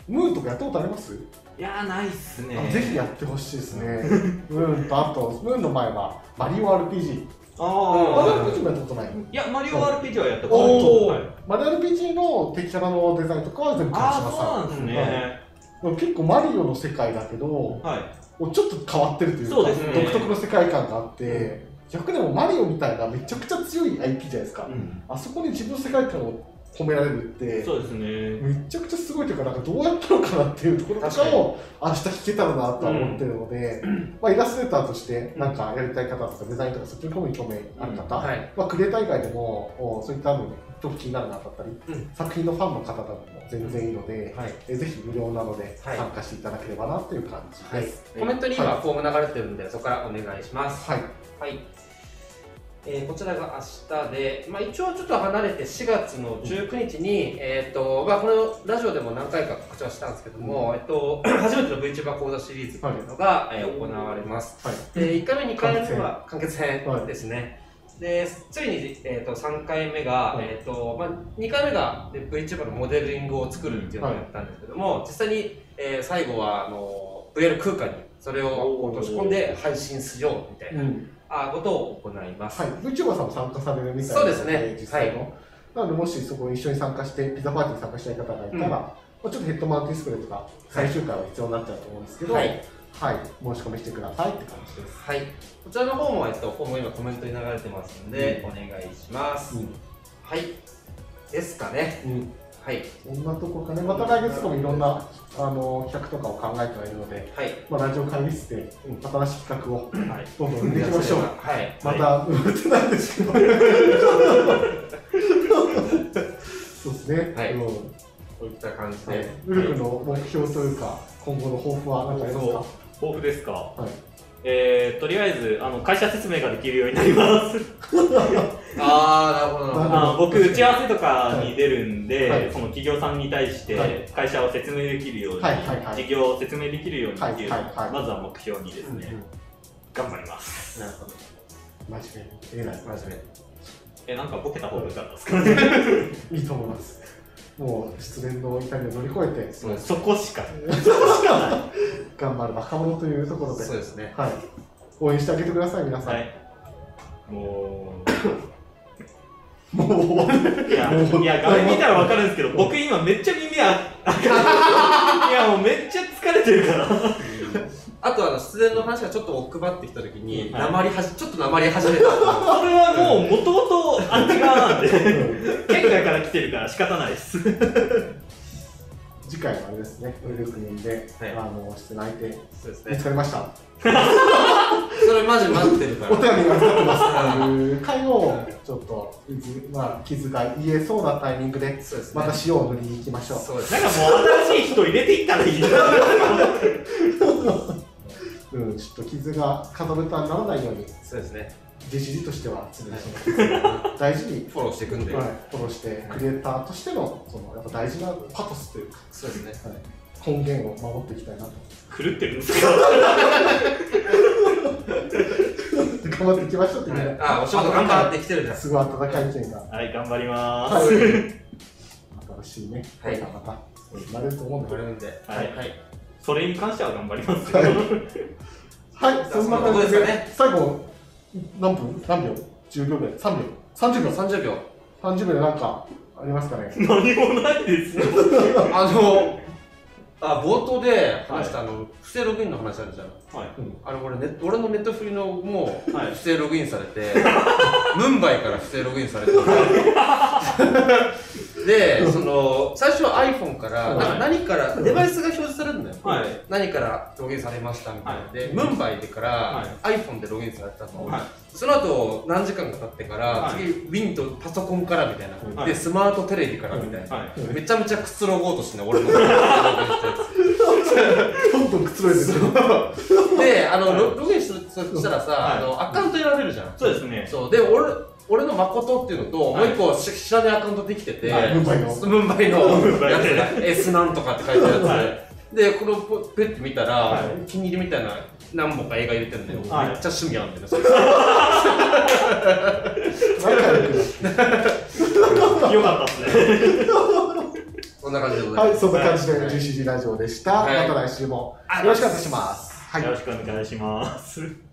Speaker 3: ムーンとかやったことあります、
Speaker 2: いやーないっすね
Speaker 3: あぜひやってほし いですね。ムーンと、あと、ムーンの前は、マリオ RPG。マリ
Speaker 2: あ
Speaker 3: オ
Speaker 2: あ、
Speaker 3: RPG もやったことない。
Speaker 2: いやマリオ RPG はやったことない
Speaker 3: マリオ RPG の敵キャラのデザインとかは全部倉
Speaker 2: あ
Speaker 3: 島さん。
Speaker 2: あそうなんですね、
Speaker 3: 結構マリオの世界だけど、も
Speaker 2: はいう
Speaker 3: ちょっと変わってるというか
Speaker 2: そうですね
Speaker 3: 独特の世界観があって、逆でもマリオみたいなめちゃくちゃ強い IP じゃないですか、
Speaker 2: うん
Speaker 3: あそこに自分の世界観を込められるって
Speaker 2: そうですね
Speaker 3: めちゃくちゃすごいというかなんかどうやったのかなっていうところとかを明日聞けたらなとは思ってるので、まあ、イラストレーターとしてなんかやりたい方とかデザインとかそっちの方に興味ある方、
Speaker 1: はい
Speaker 3: まあ、クリエイター以外でもおそういったのと気になるなだったり、
Speaker 1: うん
Speaker 3: 作品のファンの方でも全然いいので、
Speaker 1: はい
Speaker 3: えぜひ無料なので
Speaker 1: はい
Speaker 3: 参加していただければなという感じ
Speaker 1: はい
Speaker 3: です。、
Speaker 1: コメントに今、
Speaker 3: は
Speaker 1: フォーム流れてるんで、そこからお願いします。
Speaker 3: はい、
Speaker 1: はい。えーこちらが明日で、まあ、一応ちょっと離れて4月の19日に、えーとまあ、このラジオでも何回か告知はしたんですけども、えっと 初めての VTuber 講座シリーズというのが、えー行われます。
Speaker 3: はい
Speaker 1: で1回目、2回目は完結編
Speaker 3: はい
Speaker 1: ですね。でついに、えー、と3回目が、
Speaker 3: はい
Speaker 1: えーとまあ、2回目がで VTuber のモデリングを作るっていうのをやったんですけども、実際に、えー最後はあの VR 空間にそれを落とし込んで配信しようみたいな
Speaker 3: うん
Speaker 1: あことを行います。
Speaker 3: はい、VTuber さんも参加されるみたいなの
Speaker 1: そうですね
Speaker 3: 実際の、なのでもしそこに一緒に参加してピザパーティーに参加したい方がいたら、
Speaker 1: うん
Speaker 3: まあ、ちょっとヘッドマウントディスプレイとか最終回は必要になっちゃうと思うんですけど、
Speaker 1: は
Speaker 3: はいい申し込みしてくださいって感じです。
Speaker 1: はい、こちらの方も、えっと、フォーム今コメントに流れてますので、お願いします。はい、ですかね。
Speaker 3: うん
Speaker 1: はい、
Speaker 3: こんなとこかね、また来月ともいろんなあの企画とかを考えてはいるので、
Speaker 1: はい、
Speaker 3: まあ、ラジオ会議室で新しい企画を
Speaker 2: はい
Speaker 3: どんどん生んでいきましょう。
Speaker 1: はい、
Speaker 3: ま
Speaker 2: い
Speaker 3: た、うんってなんですけ ど。そうですね。
Speaker 1: はい
Speaker 3: うん
Speaker 1: こういった感じで。
Speaker 3: はいウルフの目標というか、今後の抱負は何かありますか
Speaker 2: 豊富ですか
Speaker 3: はい。
Speaker 2: えー、とりあえずあの会社説明ができるようになります
Speaker 1: ああ、なるほど、なるほ
Speaker 3: なる
Speaker 1: ど。
Speaker 2: あの僕打ち合わせとかに出るんで、
Speaker 3: はい
Speaker 2: その企業さんに対し
Speaker 3: はい
Speaker 2: て会社を説明できるように、
Speaker 3: はいはいはい
Speaker 2: 事業を説明できるようにっていう、
Speaker 3: はいはいはい
Speaker 2: まずは目標にです
Speaker 3: うんうん
Speaker 2: ね、頑張ります
Speaker 1: なるほど。
Speaker 3: 真面目に。えらい。
Speaker 1: 真面
Speaker 2: えなんかボケた方が良かったですかね
Speaker 3: いいと思います。もう失恋の痛みを乗り越えて、
Speaker 1: そうです。
Speaker 2: そこしか
Speaker 3: 頑張る若者というところで、
Speaker 1: そうですね。
Speaker 3: はい。応援してあげてください、皆さん。
Speaker 2: はいも
Speaker 3: もう終わる
Speaker 2: ういやいや画面見たら分かるんですけど僕今めっちゃ耳あ いやもうめっちゃ疲れてるから
Speaker 1: あと、あの、出演の話がちょっと奥ばってきたときに、
Speaker 2: はい
Speaker 1: なまりはじ、ちょっとなまり始めた。は
Speaker 2: それはもうもともとあっち側なんで県外から来てるから仕方ないです
Speaker 3: 次回はあれですね、ウルフ君で、
Speaker 1: はい
Speaker 3: あのして内定
Speaker 1: そうです
Speaker 3: 見つ
Speaker 1: ね。
Speaker 3: かりました。
Speaker 1: それマジ待ってるか
Speaker 3: お
Speaker 1: ら。
Speaker 3: 手紙が預かってますっていう会をちょっと、まあ、気遣い言えそうなタイミングで
Speaker 1: そうですね。
Speaker 3: また塩を塗りに行きましょう
Speaker 1: そうです
Speaker 2: なん
Speaker 1: ね。
Speaker 2: かもう新しい人入れていったらいいな
Speaker 3: う、ん、ちょっと傷がかさぶたにならないように
Speaker 1: そうですね。
Speaker 3: 弟子としては常にその傷 を大事に、
Speaker 1: フォローしていくんで。
Speaker 3: はい、フォローしてクリエイターとしてのそのやっぱ大事なパトスというか、
Speaker 1: そうですね。
Speaker 3: はい、根源を守っていきたいなと
Speaker 2: 狂ってるんです か
Speaker 3: 頑張っていきましょうってみんな、
Speaker 1: あ、お仕事頑張ってきてるじゃん。
Speaker 3: すごい温かい意見が
Speaker 2: はい頑張りまーす
Speaker 3: はい新しいね、
Speaker 1: はい
Speaker 3: またなれると思うんだけ
Speaker 1: な
Speaker 3: ど。
Speaker 1: るんで。
Speaker 2: はい
Speaker 1: はい。
Speaker 2: それに関しては頑張ります
Speaker 3: は
Speaker 2: よ
Speaker 3: い。はい、そんな感
Speaker 1: そういうこと
Speaker 3: じ
Speaker 1: です
Speaker 3: で、
Speaker 1: かね
Speaker 3: 最後、何分何秒 ?10 秒ぐらい ?3 秒 ?30 秒
Speaker 1: 30秒。
Speaker 3: ?30 秒で何かありますか ね
Speaker 2: 何もないですよ。
Speaker 1: あの、あ冒頭で話した、あの不正ログインの話あるじゃん。
Speaker 2: はい。
Speaker 1: あの俺ネット俺のネットフリのもう
Speaker 2: はい
Speaker 1: 不正ログインされて、 ムンバイから不正ログインされて でその最初は iPhone から
Speaker 2: はい
Speaker 1: なんか何からデバイスが表示されるんだよ、
Speaker 2: はい
Speaker 1: 何からログインされましたみたいな、でムンバイでから、iPhone でログインされたの、
Speaker 2: はい
Speaker 1: その後何時間か経ってから、
Speaker 2: はい
Speaker 1: 次 Win とパソコンからみたいな、
Speaker 2: はい
Speaker 1: でスマートテレビからみたいな、
Speaker 2: は
Speaker 1: めちゃめちゃくつろごうとしてね俺 のログインしたやつ
Speaker 3: どんどんくつろいでる。
Speaker 1: で、あの、ロログインしそしたらさ、
Speaker 2: はい
Speaker 1: あの、アカウント選べるじゃん。
Speaker 2: い。そうですね。
Speaker 1: そう、で、俺、俺の誠っていうのと、
Speaker 2: はい
Speaker 1: もう一個し知らないアカウントできてて、
Speaker 3: はいムンバイの
Speaker 1: ムンバイの
Speaker 2: ムンバイ
Speaker 1: やつが S なんとかって書いてあるやつで、
Speaker 2: は
Speaker 1: で、このポペッて見たら、
Speaker 2: はい
Speaker 1: 気に入りみたいな何本か映画入れてるんだよ、
Speaker 2: はい
Speaker 1: めっちゃ趣味あるんだよ、それ
Speaker 3: 仲良く。
Speaker 2: よかったですね。
Speaker 1: そんな感じでござい
Speaker 3: は
Speaker 1: ま
Speaker 3: い、
Speaker 1: す。
Speaker 3: そんな感じで GCG ラジオでした。
Speaker 1: はい
Speaker 3: また来週もよろしくお願いします。はい
Speaker 2: よろしくお願いします。